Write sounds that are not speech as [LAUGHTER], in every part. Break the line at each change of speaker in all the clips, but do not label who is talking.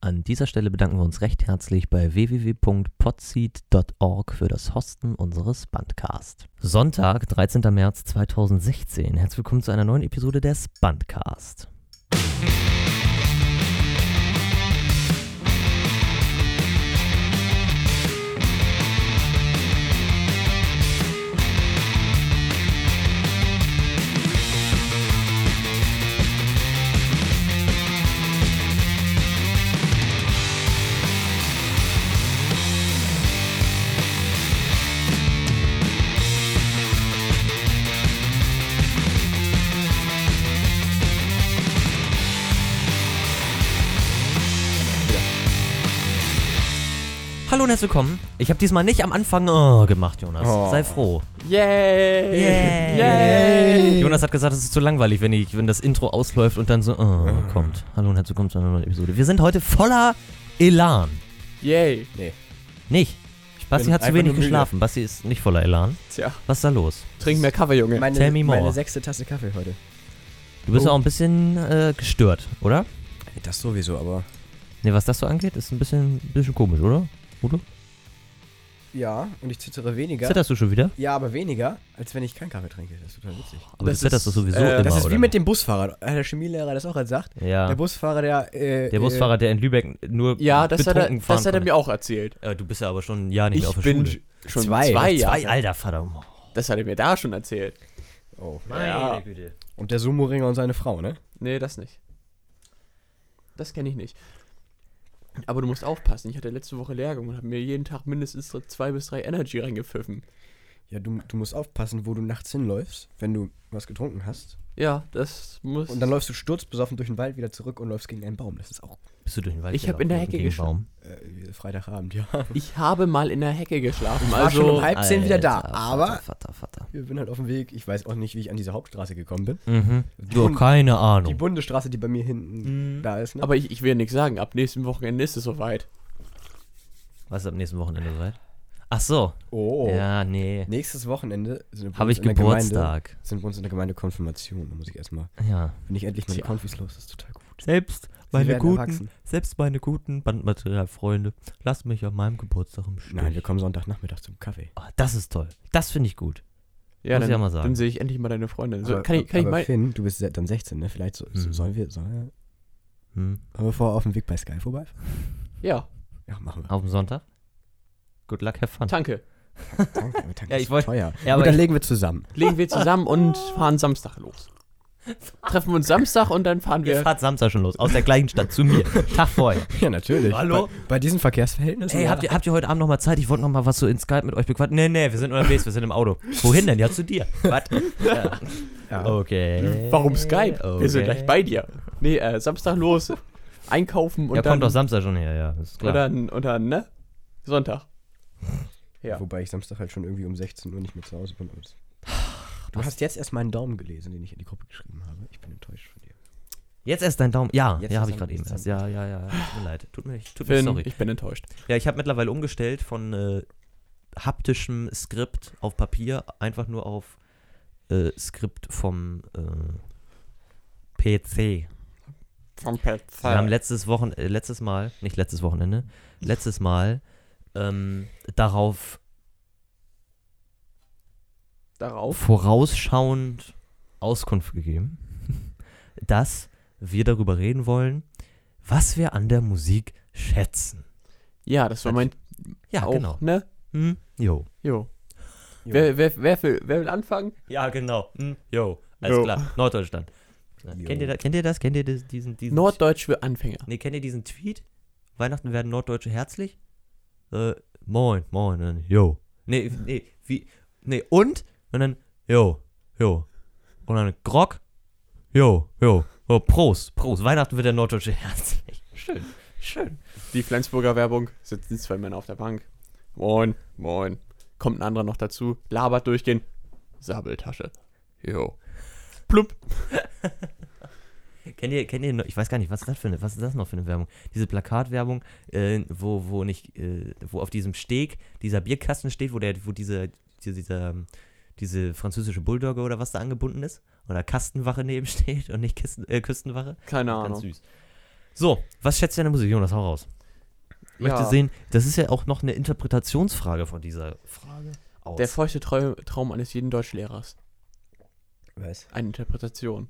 An dieser Stelle bedanken wir uns recht herzlich bei www.podseed.org für das Hosten unseres Bandcast. Sonntag, 13. März 2016. Herzlich willkommen zu einer neuen Episode des Bandcast. Hallo und herzlich willkommen. Ich habe diesmal nicht am Anfang oh, gemacht, Jonas.
Oh.
Sei froh.
Yay! Yay!
Jonas hat gesagt, es ist zu langweilig, wenn, ich, wenn das Intro ausläuft und dann so oh,
Ah.
kommt. Hallo und herzlich willkommen zu einer neuen Episode. Wir sind heute voller Elan.
Yay! Nee.
Nicht. Basti
bin
hat zu
einfach
wenig
nur müde.
geschlafen. Basti ist nicht voller Elan.
Tja,
Was ist da los?
trink mehr Kaffee, Junge.
Meine,
Tell me more.
meine sechste Tasse Kaffee heute.
Du bist
Oh.
ja auch ein bisschen äh, gestört, oder?
Das sowieso, aber.
Ne, was das so angeht, ist ein bisschen, bisschen komisch, oder?
Ja, und ich zittere weniger.
Zitterst du schon wieder?
Ja, aber weniger, als wenn ich keinen Kaffee trinke. Das ist total witzig.
Aber
Das
du zitterst
ist,
doch sowieso
äh,
immer,
das
das ist
oder?
wie mit dem Busfahrer. Hat der Chemielehrer das auch gesagt?
ja.
Der
Der,
Busfahrer, der. Äh, äh,
Busfahrer, der in Lübeck nur
Ja, das hat, er,
betrunken fahren
das hat er
konnte.
mir auch erzählt.
Äh, du bist ja aber schon ein Jahr nicht mehr
Ich
auf der
bin
Schule.
schon
Zwei.
zwei,
Zwei,
Jahre.
alter Vater.
Das hat er mir da schon erzählt.
Oh.
Meine
Ja.
Güte.
Und der Sumo-Ringer und seine Frau, ne?
Nee, das nicht. Das kenne ich nicht. Aber du musst aufpassen. Ich hatte letzte Woche Lehrgang und habe mir jeden Tag mindestens so zwei bis drei Energy reingepfiffen.
Ja, du, du musst aufpassen, wo du nachts hinläufst, wenn du was getrunken hast.
Ja, das muss.
Und dann läufst du sturzbesoffen durch den Wald wieder zurück und läufst gegen einen Baum. Das ist auch
Bist du durch den Wald
Ich hab in der
gelaufen,
Hecke
gegen den Baum?
äh, Freitagabend, ja. [LAUGHS]
ich habe mal in der Hecke geschlafen.
War schon
Also,
um halb zehn wieder da.
Alter,
Aber
Vater, Vater, Vater.
ich bin halt auf dem Weg. Ich weiß auch nicht, wie ich an diese Hauptstraße gekommen bin.
Mhm. Du,
Bund-
keine
Die
Ahnung.
Bundesstraße, die bei mir hinten da ist, ne?
aber ich, ich will nichts sagen. Ab nächsten Wochenende ist es soweit.
Was ist am nächsten Wochenende soweit? Ach so.
oh.
Ja, nee.
Nächstes Wochenende sind wir
Habe ich
in der Gemeinde-
Geburtstag.
sind wir uns in der Gemeinde Konfirmation. Da muss ich erstmal.
Ja.
Wenn ich endlich meine
Tja.
Konfis los, das ist total gut.
Selbst
werden erwachsen.
selbst meine guten Bandmaterialfreunde lasst mich an meinem Geburtstag im Stich.
Nein, wir kommen Sonntagnachmittag zum Kaffee.
Ah, das ist toll. Das finde ich gut.
Ja,
Muss ich
dann,
ja mal sagen.
dann sehe ich endlich mal deine Freundin.
Also
So, kann ich, kann ich
aber
mal,
Finn, du bist se- dann 16, ne? Vielleicht so, so,
Mhm.
sollen wir, sollen
Hm.
wir, sollen wir vor auf dem Weg bei Sky vorbeifahren?
Ja,
Ja, machen
[LAUGHS]
wir.
Auf dem Sonntag? Good luck, have fun.
danke.
Danke, aber danke,
Ja,
ist
ich wollt-
teuer.
Ja, aber
und dann
ich-
legen wir zusammen. [LAUGHS]
Legen wir
[LAUGHS]
zusammen und fahren Samstag los. Treffen wir uns Samstag und dann fahren
Ihr
wir.
fahrt Samstag schon los, aus der gleichen Stadt zu mir. Tag
[LAUGHS]
vorher.
Ja, natürlich.
Hallo?
Bei, bei diesen Verkehrsverhältnissen.
Ey,
ja.
habt ihr, habt ihr heute Abend nochmal Zeit? Ich wollte nochmal was so in Skype mit euch bequatschen. Nee, nee, wir sind unterwegs, wir sind im Auto. Wohin denn? Ja, zu dir. Was? Ja. Oh,
Ja.
Okay.
Warum Skype? Wir sind
Okay.
gleich bei dir. Nee, äh, Samstag los. Einkaufen und
Ja,
dann.
kommt doch Samstag schon her, ja. Ist
und
klar.
dann, und dann, ne? Sonntag. Ja.
Wobei ich Samstag halt schon irgendwie um 16 Uhr nicht mehr zu Hause bin. Und du hast jetzt erst meinen Daumen gelesen, den ich in die Gruppe geschrieben habe. Ich bin enttäuscht von dir.
Jetzt erst dein Daumen. Ja,
Jetzt
ja,
erst
habe ich
am-
gerade eben
jetzt
erst. Ja,
am-
ja, ja. Tut mir leid. Tut mir, tut mir
Finn,
sorry.
ich bin enttäuscht.
Ja, ich habe mittlerweile umgestellt von äh, haptischem Skript auf Papier einfach nur auf äh, Skript vom äh, PC.
Vom Ah.
Wir haben letztes Wochen äh, letztes Mal, nicht letztes Wochenende, letztes Mal ähm, darauf
Darauf.
vorausschauend Auskunft gegeben, [LAUGHS] dass wir darüber reden wollen, was wir an der Musik schätzen.
Ja, das war mein.
Ja,
auch,
genau.
Ne?
Hm? Jo.
Jo.
Jo.
Wer, wer, wer, will, wer will anfangen?
Ja, genau. Hm? Jo. Alles
Jo.
klar. Norddeutschland. Ja,
Jo.
Kennt ihr, das, kennt ihr das? Kennt ihr das, diesen, diesen
Norddeutsch für Anfänger.
Nee, kennt ihr diesen Tweet? Weihnachten werden Norddeutsche herzlich? Äh, moin, moin, und dann, yo. Nee, nee, wie, nee, und? Und dann, yo, yo. Und dann Grog, yo, yo. Oh, Prost, Prost, Weihnachten wird der Norddeutsche herzlich. Schön, schön.
Die Flensburger Werbung sitzen zwei Männer auf der Bank. Moin, moin. Kommt ein anderer noch dazu, labert durchgehend. Sabeltasche. Jo. Plupp.
Kennt ihr, kennt ihr, noch- ich weiß gar nicht, was ist das für eine, was ist das noch für eine Werbung? Diese Plakatwerbung, äh, wo, wo nicht, äh, wo auf diesem Steg dieser Bierkasten steht, wo der, wo diese, diese, dieser, ähm, diese französische Bulldogge oder was da [LAUGHS] angebunden ist. Oder Kastenwache neben steht und nicht Kisten, äh, Küstenwache.
Keine
Ganz
Ahnung.
süß. So, was schätzt ihr an der Musik? Jonas, hau raus. Ich möchte
Ja.
sehen, das ist ja auch noch eine Interpretationsfrage von dieser Frage. Aus.
Der feuchte Trau- Traum eines jeden Deutschlehrers.
Was?
Eine Interpretation.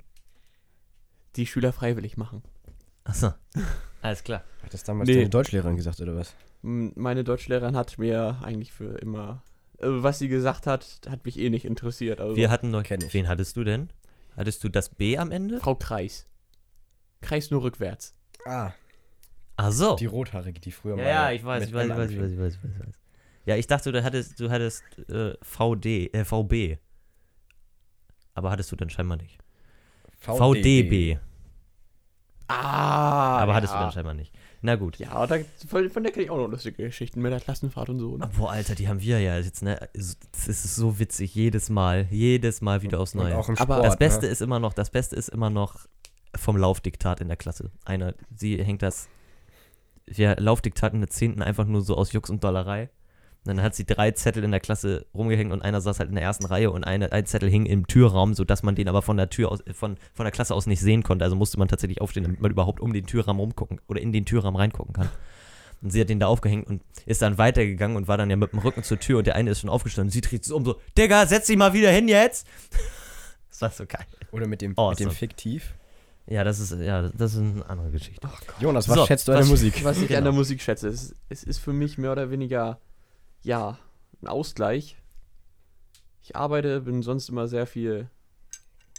Die Schüler freiwillig machen.
Achso. Alles klar.
Hat das damals
Nee.
deine Deutschlehrerin gesagt oder was?
M- Meine Deutschlehrerin hat mir eigentlich für immer. äh, was sie gesagt hat, hat mich eh nicht interessiert. Also
Wir hatten noch.
Kenn ich.
Wen hattest du denn? Hattest du das B am Ende?
Frau Kreis. Kreis nur rückwärts.
Ah,
Achso.
die rothaarige, die früher
Ja,
mal.
ja, ich weiß,
mit
ich weiß, ich
M
weiß, ich weiß,
anfing.
ich weiß, ich weiß, ich weiß. Ja, ich dachte, du hattest, du hattest äh, VD, äh, VB. Aber hattest du dann scheinbar nicht. VDB.
Ah!
aber
ja.
hattest du dann scheinbar nicht. Na gut.
Ja, da, von, von der kenne ich auch noch lustige Geschichten mit der Klassenfahrt und so. Ne?
Boah, Alter, die haben wir ja jetzt, ne? Es ist so witzig, jedes Mal, jedes Mal wieder aufs
Und
Neue.
auch im
Aber
Sport,
das Beste
ne?
ist immer noch, das Beste ist immer noch vom Laufdiktat in der Klasse. Einer, sie hängt das ja, Laufdiktat in der 10. einfach nur so aus Jux und Dollerei. Und dann hat sie drei Zettel in der Klasse rumgehängt und einer saß halt in der ersten Reihe und eine, ein Zettel hing im Türraum, sodass man den aber von der Tür aus, äh, von, von der Klasse aus nicht sehen konnte. Also musste man tatsächlich aufstehen, damit man überhaupt um den Türrahmen rumgucken oder in den Türrahmen reingucken kann. Und sie hat den da aufgehängt und ist dann weitergegangen und war dann ja mit dem Rücken zur Tür und der eine ist schon aufgestanden und sie dreht sich um so, Digga, setz dich mal wieder hin jetzt. Das war so geil.
Oder mit dem, mit
Awesome.
dem Fiktiv.
Ja, das ist, ja, das ist eine andere Geschichte.
Jonas, was
So,
schätzt du an
was-
der Musik?
Was ich
Genau.
an der Musik schätze, es, es ist für mich mehr oder weniger, ja, ein Ausgleich. Ich arbeite, bin sonst immer sehr viel,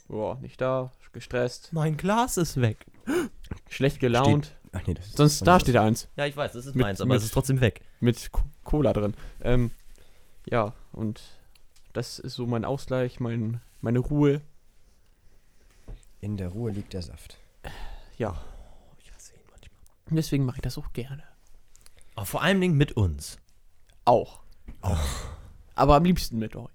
boah, nicht da, gestresst,
Mein Glas ist weg.
schlecht gelaunt.
Ach nee, das ist
Sonst, da steht eins,
Ja, ich weiß, das ist
Mit-
meins, aber
mit-
es ist trotzdem weg.
mit Co- Cola drin. Ähm, ja, und das ist so mein Ausgleich, mein, meine Ruhe.
In der Ruhe liegt der Saft.
Ja,
Oh, ich hasse ihn manchmal.
und deswegen mache ich das auch gerne.
Aber Oh, vor allem Dingen mit uns.
Auch. Aber am liebsten mit euch.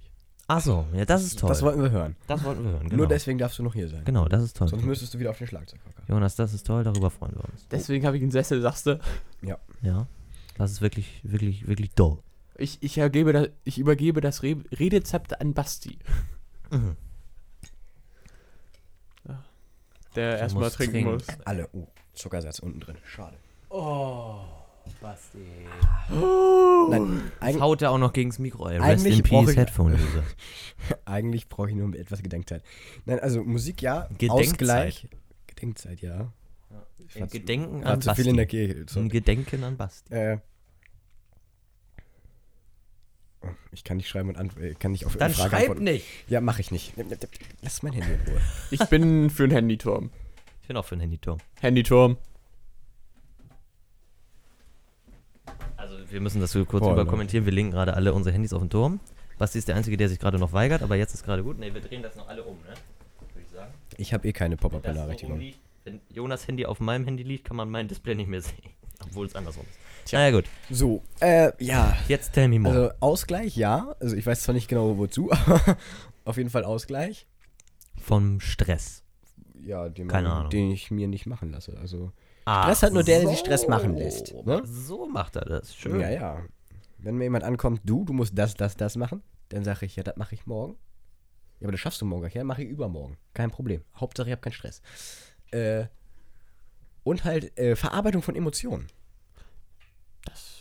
Achso, ja, das ist toll.
Das wollten wir hören.
Das wollten wir hören,
Nur deswegen darfst du noch hier sein.
Genau, das ist toll.
Sonst müsstest du wieder auf den Schlagzeug hocken.
Jonas, das ist toll, darüber freuen wir uns.
Deswegen habe ich einen Sessel, sagst du.
Ja, das ist wirklich, wirklich, wirklich doll.
Ich, ich, ergebe das, ich übergebe das Re Redezept an Basti.
Mhm.
Der
Du
erstmal
musst
trinken
trinken.
muss.
Alle. Oh, Zuckersatz unten drin. Schade.
Basti.
Nein, eig
Haut er auch noch gegens Mikro, ey. Rest
Eigentlich
in
brauche
Peace
ich- [LAUGHS]
Headphone User.
eigentlich brauche ich nur um etwas Gedenkzeit. Nein, also Musik ja.
Gedenkzeit.
Ausgleich. Gedenkzeit, ja. Ich
Ein
fand's-
Gedenken
war
an
zu viel in
Ah,
der
Basti. Hm.
Kirche. So.
Ein Gedenken an Basti.
Äh, Oh, ich kann nicht schreiben und antworten. Ich kann nicht auf
Dann
Fragen
schreib ne-
antworten.
nicht.
Ja, mache ich nicht. Lass mein Handy in Ruhe.
Ich bin für einen Handyturm.
Ich bin auch für ein Handyturm.
Handyturm.
Also wir müssen das so kurz
Boah, Leute.
überkommentieren. Wir legen gerade alle unsere Handys auf den Turm. Basti ist der Einzige, der sich gerade noch weigert, aber jetzt ist gerade gut. Ne, wir drehen das noch alle um, ne? Würde ich sagen.
Ich habe eh keine
Wenn das so
Pop-Up-Benachrichtigung.
rumliegt, wenn Jonas Handy auf meinem Handy liegt, kann man mein Display nicht mehr sehen. [LAUGHS] Obwohl es andersrum ist. Genau. Naja gut,
So, äh, ja.
jetzt tell me more.
Also Ausgleich, ja. Also ich weiß zwar nicht genau wozu, [LAUGHS] aber auf jeden Fall Ausgleich.
Vom Stress.
Ja, den,
Keine Ahnung.
den ich mir nicht machen lasse. Also
Ah,
Stress hat nur der, der sich Stress machen lässt. Ne?
So macht er das. Schön.
Ja, ja. Wenn mir jemand ankommt, du, du musst das, das, das machen, dann sage ich, ja, das mache ich morgen. Ja, aber das schaffst du morgen, gar nicht. ja, mache ich übermorgen. Kein Problem. Hauptsache, ich habe keinen Stress. Äh, und halt äh, Verarbeitung von Emotionen.
Das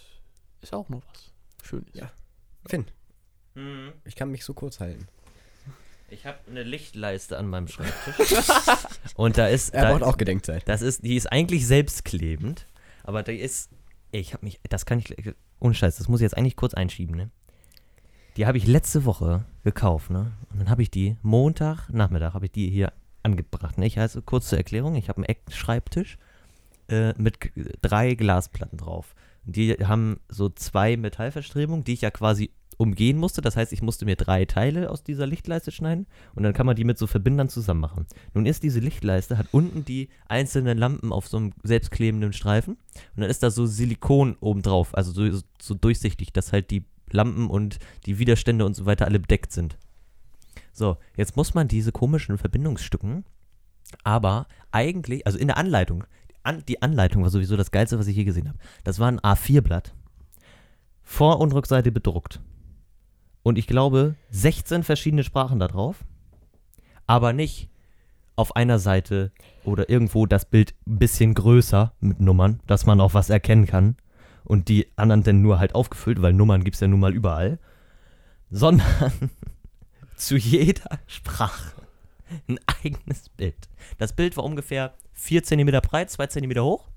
ist auch noch was Schönes.
Ja. Finn,
Hm,
ich kann mich so kurz halten.
Ich habe eine Lichtleiste an meinem Schreibtisch.
[LAUGHS]
Und da ist.
Er
da
braucht auch Gedenkzeit.
Das ist, die ist eigentlich selbstklebend, aber die ist, ey, ich habe mich, das kann ich, ohne Scheiß, das muss ich jetzt eigentlich kurz einschieben, ne? Die habe ich letzte Woche gekauft, ne? Und dann habe ich die Montag Nachmittag habe ich die hier angebracht, ne? Ich heiße kurz zur Erklärung, ich habe einen Eckschreibtisch äh, mit g- drei Glasplatten drauf. Die haben so zwei Metallverstrebungen, die ich ja quasi umgehen musste. Das heißt, ich musste mir drei Teile aus dieser Lichtleiste schneiden und dann kann man die mit so Verbindern zusammen machen. Nun ist diese Lichtleiste, hat unten die einzelnen Lampen auf so einem selbstklebenden Streifen und dann ist da so Silikon obendrauf, also so, so durchsichtig, dass halt die Lampen und die Widerstände und so weiter alle bedeckt sind. So, jetzt muss man diese komischen Verbindungsstücken, aber eigentlich, also in der Anleitung, an, die Anleitung war sowieso das Geilste, was ich je gesehen habe. Das war ein A4-Blatt, Vor- und Rückseite bedruckt. Und ich glaube, 16 verschiedene Sprachen da drauf, aber nicht auf einer Seite oder irgendwo das Bild ein bisschen größer mit Nummern, dass man auch was erkennen kann. Und die anderen dann nur halt aufgefüllt, weil Nummern gibt es ja nun mal überall. Sondern [LAUGHS] zu jeder Sprache ein eigenes Bild. Das Bild war ungefähr 4 cm breit, 2 cm hoch.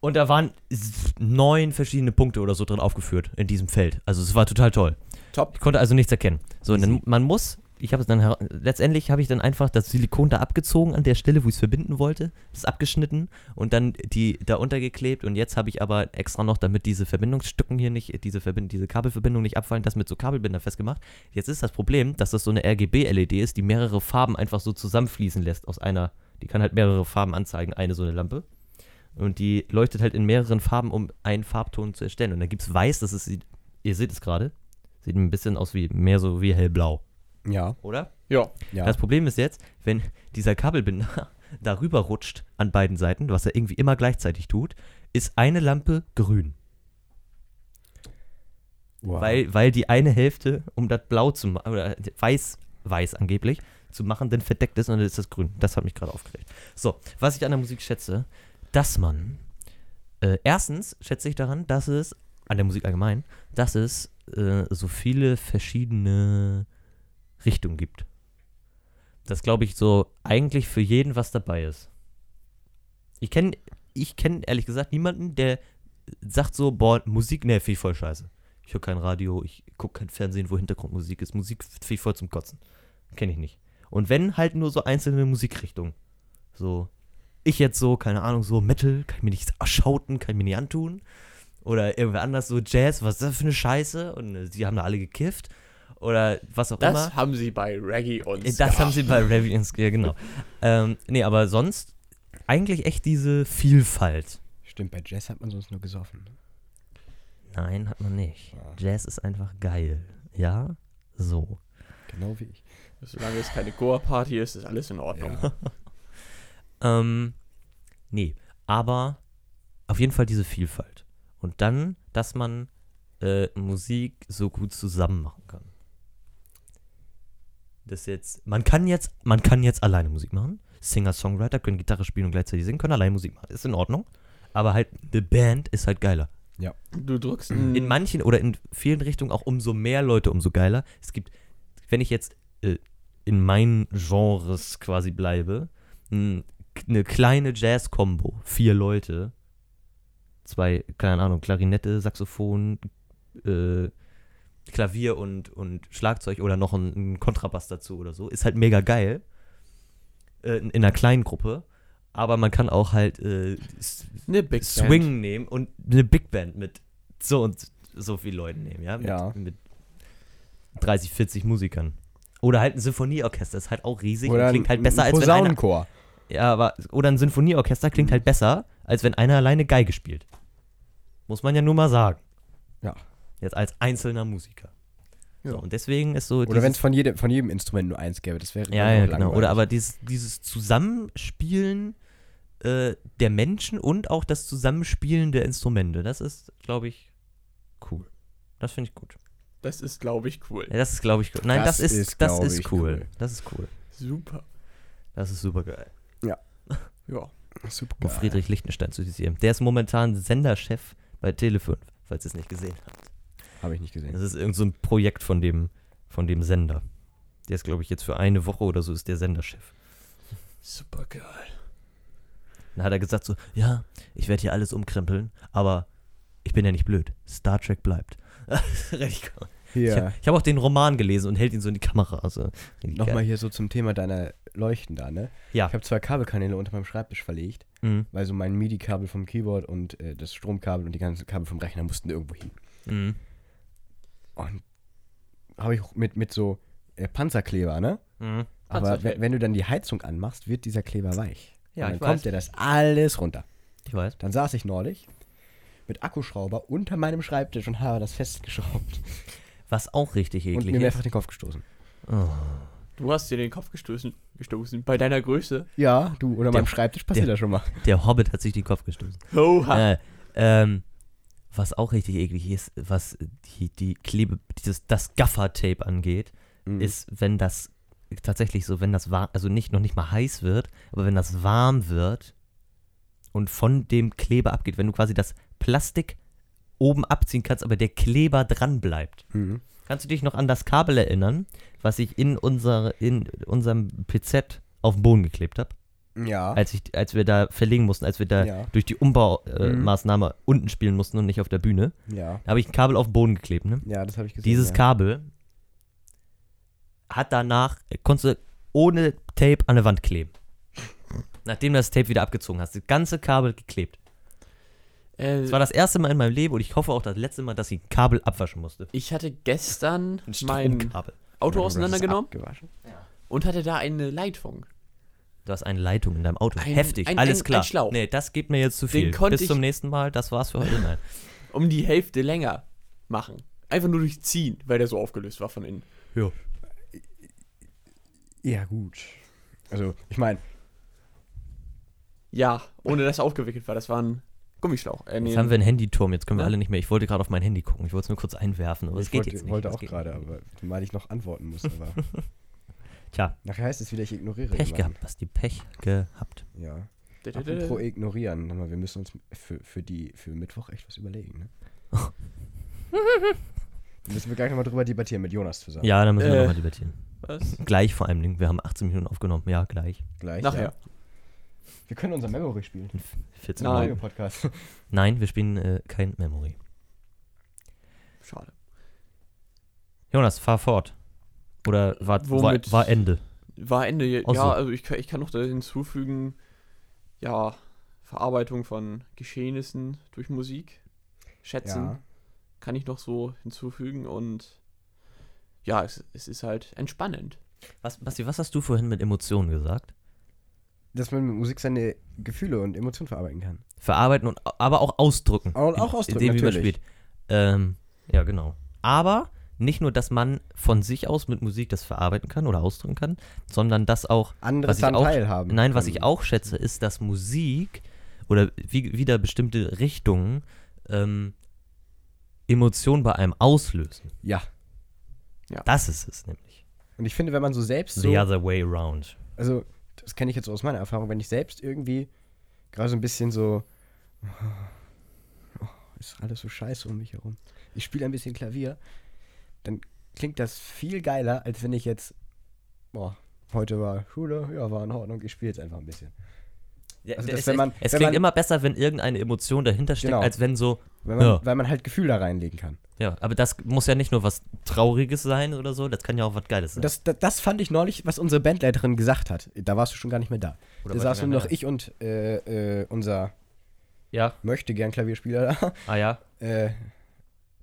Und da waren s- neun verschiedene Punkte oder so drin aufgeführt in diesem Feld. Also es war total toll.
Top.
Ich konnte also nichts erkennen. So, und dann, man muss, ich habe es dann hera- letztendlich habe ich dann einfach das Silikon da abgezogen an der Stelle, wo ich es verbinden wollte, das abgeschnitten und dann die da untergeklebt und jetzt habe ich aber extra noch, damit diese Verbindungsstücken hier nicht, diese, Verbind diese Kabelverbindung nicht abfallen, das mit so Kabelbinder festgemacht. Jetzt ist das Problem, dass das so eine RGB-LED E ist, die mehrere Farben einfach so zusammenfließen lässt aus einer, die kann halt mehrere Farben anzeigen, eine so eine Lampe. Und die leuchtet halt in mehreren Farben, um einen Farbton zu erstellen. Und dann gibt es weiß, das ist, ihr seht es gerade, Sieht ein bisschen aus wie mehr so wie hellblau,
Ja,
oder?
Ja.
ja.
Das Problem ist jetzt, wenn dieser Kabelbinder [LAUGHS] darüber rutscht an beiden Seiten, was er irgendwie immer gleichzeitig tut, ist eine Lampe grün,
wow.
weil, weil die eine Hälfte, um das blau zu machen, oder weiß, weiß angeblich, zu machen, dann verdeckt ist und dann ist das grün. Das hat mich gerade aufgeregt. So, was ich an der Musik schätze, dass man, äh, erstens schätze ich daran, dass es, an der Musik allgemein, dass es äh, so viele verschiedene Richtungen gibt. Das glaube ich so eigentlich für jeden was dabei ist. Ich kenne, ich kenne ehrlich gesagt niemanden, der sagt so, boah, Musik, ne, finde ich voll scheiße. Ich höre kein Radio, ich gucke kein Fernsehen, wo Hintergrundmusik ist. Musik finde ich voll zum Kotzen. Kenne ich nicht. Und wenn, halt nur so einzelne Musikrichtungen. So, ich jetzt so, keine Ahnung, so Metal, kann ich mir nicht erschauten, kann ich mir nicht antun. Oder irgendwer anders so Jazz, was ist das für eine Scheiße? Und äh, die haben da alle gekifft. Oder was auch
Das
immer.
haben sie bei Reggae und
Äh,
Ska.
Das haben sie bei Ravens, ja genau. ähm, nee, aber sonst eigentlich echt diese Vielfalt.
Stimmt, bei Jazz hat man sonst nur gesoffen.
Nein, hat man nicht.
Ja.
Jazz ist einfach geil. Ja, so.
Genau wie ich.
Solange es keine Goa-Party ist, ist alles in Ordnung.
Ähm, nee, aber auf jeden Fall diese Vielfalt. Und dann, dass man äh, Musik so gut zusammen machen kann. Das jetzt, man kann jetzt, man kann jetzt alleine Musik machen. Singer-Songwriter können Gitarre spielen und gleichzeitig singen, können alleine Musik machen. Ist in Ordnung. Aber halt, eine Band ist halt geiler.
Du drückst einen
in manchen oder in vielen Richtungen auch umso mehr Leute, umso geiler. Es gibt, wenn ich jetzt äh, in meinen Genres quasi bleibe, n- eine kleine Jazz-Kombo, vier Leute, zwei, keine Ahnung, Klarinette, Saxophon, äh, Klavier und, und Schlagzeug oder noch ein, ein Kontrabass dazu oder so, ist halt mega geil. Äh, in, in einer kleinen Gruppe. Aber man kann auch halt äh, s-
eine Big
Swing nehmen und eine Big Band mit so und so vielen Leuten nehmen, ja? Mit,
Ja.
mit 30, 40 Musikern. Oder halt ein Sinfonieorchester, ist halt auch riesig und klingt halt besser, als wenn einer,
Posaunenchor.
ja, aber, Oder ein Sinfonieorchester klingt
Mhm.
halt besser, als wenn einer alleine Geige spielt. Muss man ja nur mal sagen.
Ja.
Jetzt als einzelner Musiker.
Ja.
So, und deswegen ist so
Oder
dieses-
wenn es von jedem, von jedem Instrument nur eins gäbe, das wäre
ja,
auch
ja genau.
langweilig.
Oder aber dieses, dieses Zusammenspielen äh, der Menschen und auch das Zusammenspielen der Instrumente, das ist, glaube ich, cool. Das finde ich gut.
Das ist, glaube ich, cool.
Ja, das ist, glaube ich, cool. Nein, das,
Das
ist,
ist,
das
glaub
ist
ich,
cool.
cool.
Das ist cool.
Super.
Das ist super geil.
Ja.
Super
Um Friedrich Lichtenstein zu zitieren. Der ist momentan Senderchef bei Tele5, falls ihr es nicht gesehen habt.
Habe ich nicht gesehen.
Das ist irgend so ein Projekt von dem, von dem Sender. Der ist, glaube ich, jetzt für eine Woche oder so ist der Senderchef.
Super geil.
Dann hat er gesagt so, ja, ich werde hier alles umkrempeln, aber ich bin ja nicht blöd. Star Trek bleibt. [LAUGHS] Richtig cool. Ich,
Hier,
hab- ich habe auch den Roman gelesen und hält ihn so in die Kamera. Also, richtig
nochmal
geil.
hier so zum Thema deiner Leuchten da, ne?
Ja.
Ich habe zwei Kabelkanäle unter meinem Schreibtisch verlegt,
Mhm.
weil so mein MIDI-Kabel vom Keyboard und äh, das Stromkabel und die ganzen Kabel vom Rechner mussten irgendwo hin.
Mhm.
Und habe ich auch mit, mit so äh, Panzerkleber, ne?
Mhm.
Aber
Panzertape.
wenn, wenn du dann die Heizung anmachst, wird dieser Kleber weich.
Ja,
und
ich
dann kommt
weiß.
dir das alles runter.
Ich weiß.
Dann saß ich neulich mit Akkuschrauber unter meinem Schreibtisch und habe das festgeschraubt
Was auch richtig
und
eklig
mir
ist. Oh,
mehrfach den Kopf gestoßen.
Du hast dir den Kopf gestoßen. gestoßen. Bei deiner Größe.
Ja, du, oder meinem Schreibtisch passiert
der-
das schon mal.
Der Hobbit hat sich den Kopf gestoßen.
Oha.
Äh, ähm, was auch richtig eklig ist,
Mhm.
was die, die Klebe, dieses, das Gaffer-Tape angeht, ist, wenn das tatsächlich so, wenn das warm, also nicht noch nicht mal heiß wird, aber wenn das warm wird und von dem Kleber abgeht, wenn du quasi das Plastik oben abziehen kannst, aber der Kleber dran bleibt.
Mhm.
Kannst du dich noch an das Kabel erinnern, was ich in, unser, in unserem PZ auf den Boden geklebt habe?
Ja.
Als, ich, als wir da verlegen mussten, als wir da
Ja. Mhm.
durch die Umbaumaßnahme äh, Maßnahme unten spielen mussten und nicht auf der Bühne.
ja.
Da habe ich ein Kabel auf den Boden geklebt, ne?
Ja, das habe ich gesehen.
Dieses
ja.
Kabel hat danach, äh, konntest du ohne Tape an der Wand kleben. Nachdem du das Tape wieder abgezogen hast, das ganze Kabel geklebt.
Äh,
Das war das erste Mal in meinem Leben und ich hoffe auch das letzte Mal, dass ich ein Kabel abwaschen musste.
ich hatte gestern
Ein
mein
Stromkabel.
Auto
Oder
auseinandergenommen
das ist abgewaschen.
und hatte da eine Leitung.
Du hast eine Leitung in deinem Auto.
Ein-
Heftig,
ein-
alles
ein-
klar.
ein Schlauch.
Nee, das gibt mir jetzt zu viel.
konnte
Bis zum
ich-
nächsten Mal, das war's für heute.
[LAUGHS]
Nein.
um die Hälfte länger machen. Einfach nur durchziehen, weil der so aufgelöst war von innen.
Jo.
Ja, gut. Also, ich meine,
Ja, ohne dass er aufgewickelt war. Das war ein Gummischlauch. Äh, nee,
Jetzt haben wir einen Handyturm, jetzt können wir
Ja.
alle nicht mehr. Ich wollte gerade auf mein Handy gucken, ich wollte es nur kurz einwerfen, aber es
ich
geht
wollte,
jetzt nicht.
wollte
es
auch
geht
gerade,
nicht.
aber weil ich noch antworten muss, aber
[LAUGHS] Tja,
nachher heißt es wieder, ich ignoriere
Pech
jemanden.
gehabt, Basti, Pech gehabt.
Ja.
Dä- dä- dä-
Apropos ignorieren, nochmal, wir müssen uns für, für die für Mittwoch echt was überlegen,
[LAUGHS]
ne? Da müssen wir gleich nochmal drüber debattieren mit Jonas zusammen.
Ja, dann müssen wir
Äh.
nochmal debattieren.
Was?
Gleich vor allem, wir haben 18 Minuten aufgenommen. Ja, gleich.
Gleich.
Nachher.
Ja. Wir können unser Memory spielen.
14
Nein.
Uhr.
Podcast.
Nein, wir spielen äh, kein Memory.
Schade.
Jonas, fahr fort. Oder war, war,
Womit?
war Ende.
War Ende. Ja,
Ach so.
also ich, kann- ich kann noch da hinzufügen, ja, Verarbeitung von Geschehnissen durch Musik. Schätzen
Ja.
kann ich noch so hinzufügen und ja, es, es ist halt entspannend.
Was, Basti, was hast du vorhin mit Emotionen gesagt?
Dass man mit Musik seine Gefühle und Emotionen verarbeiten kann.
Verarbeiten und aber auch ausdrücken.
Und auch ausdrücken,
indem wie man
natürlich.
spielt. Ähm, ja, genau. Aber nicht nur, dass man von sich aus mit Musik das verarbeiten kann oder ausdrücken kann, sondern dass auch
Andere
was ich
daran
auch,
teilhaben
Nein, was
können.
ich auch schätze, ist, dass Musik oder wie, wieder bestimmte Richtungen ähm, Emotionen bei einem auslösen.
Ja.
Das ist es nämlich.
Und ich finde, wenn man so selbst so
The other way around.
also das kenne ich jetzt aus meiner Erfahrung, wenn ich selbst irgendwie gerade so ein bisschen so oh, ist alles so scheiße um mich herum. Ich spiele ein bisschen Klavier, dann klingt das viel geiler, als wenn ich jetzt boah, heute war Schule, ja, war in Ordnung, ich spiele jetzt einfach ein bisschen. Also das,
es
wenn man-
es
wenn
klingt
man-
immer besser, wenn irgendeine Emotion dahinter steckt,
Genau.
als wenn so,
Weil man,
Ja.
weil man halt Gefühl da reinlegen kann.
ja, aber das muss ja nicht nur was Trauriges sein oder so, das kann ja auch was Geiles sein.
Und das, das, das fand ich neulich, was unsere Bandleiterin gesagt hat. Da warst du schon gar nicht mehr da.
Oder
da
war die
saßen
gar
nur noch
nicht
ich und äh, äh, unser
ja,
möchte gern Klavierspieler da. [LAUGHS]
ah ja,
Äh,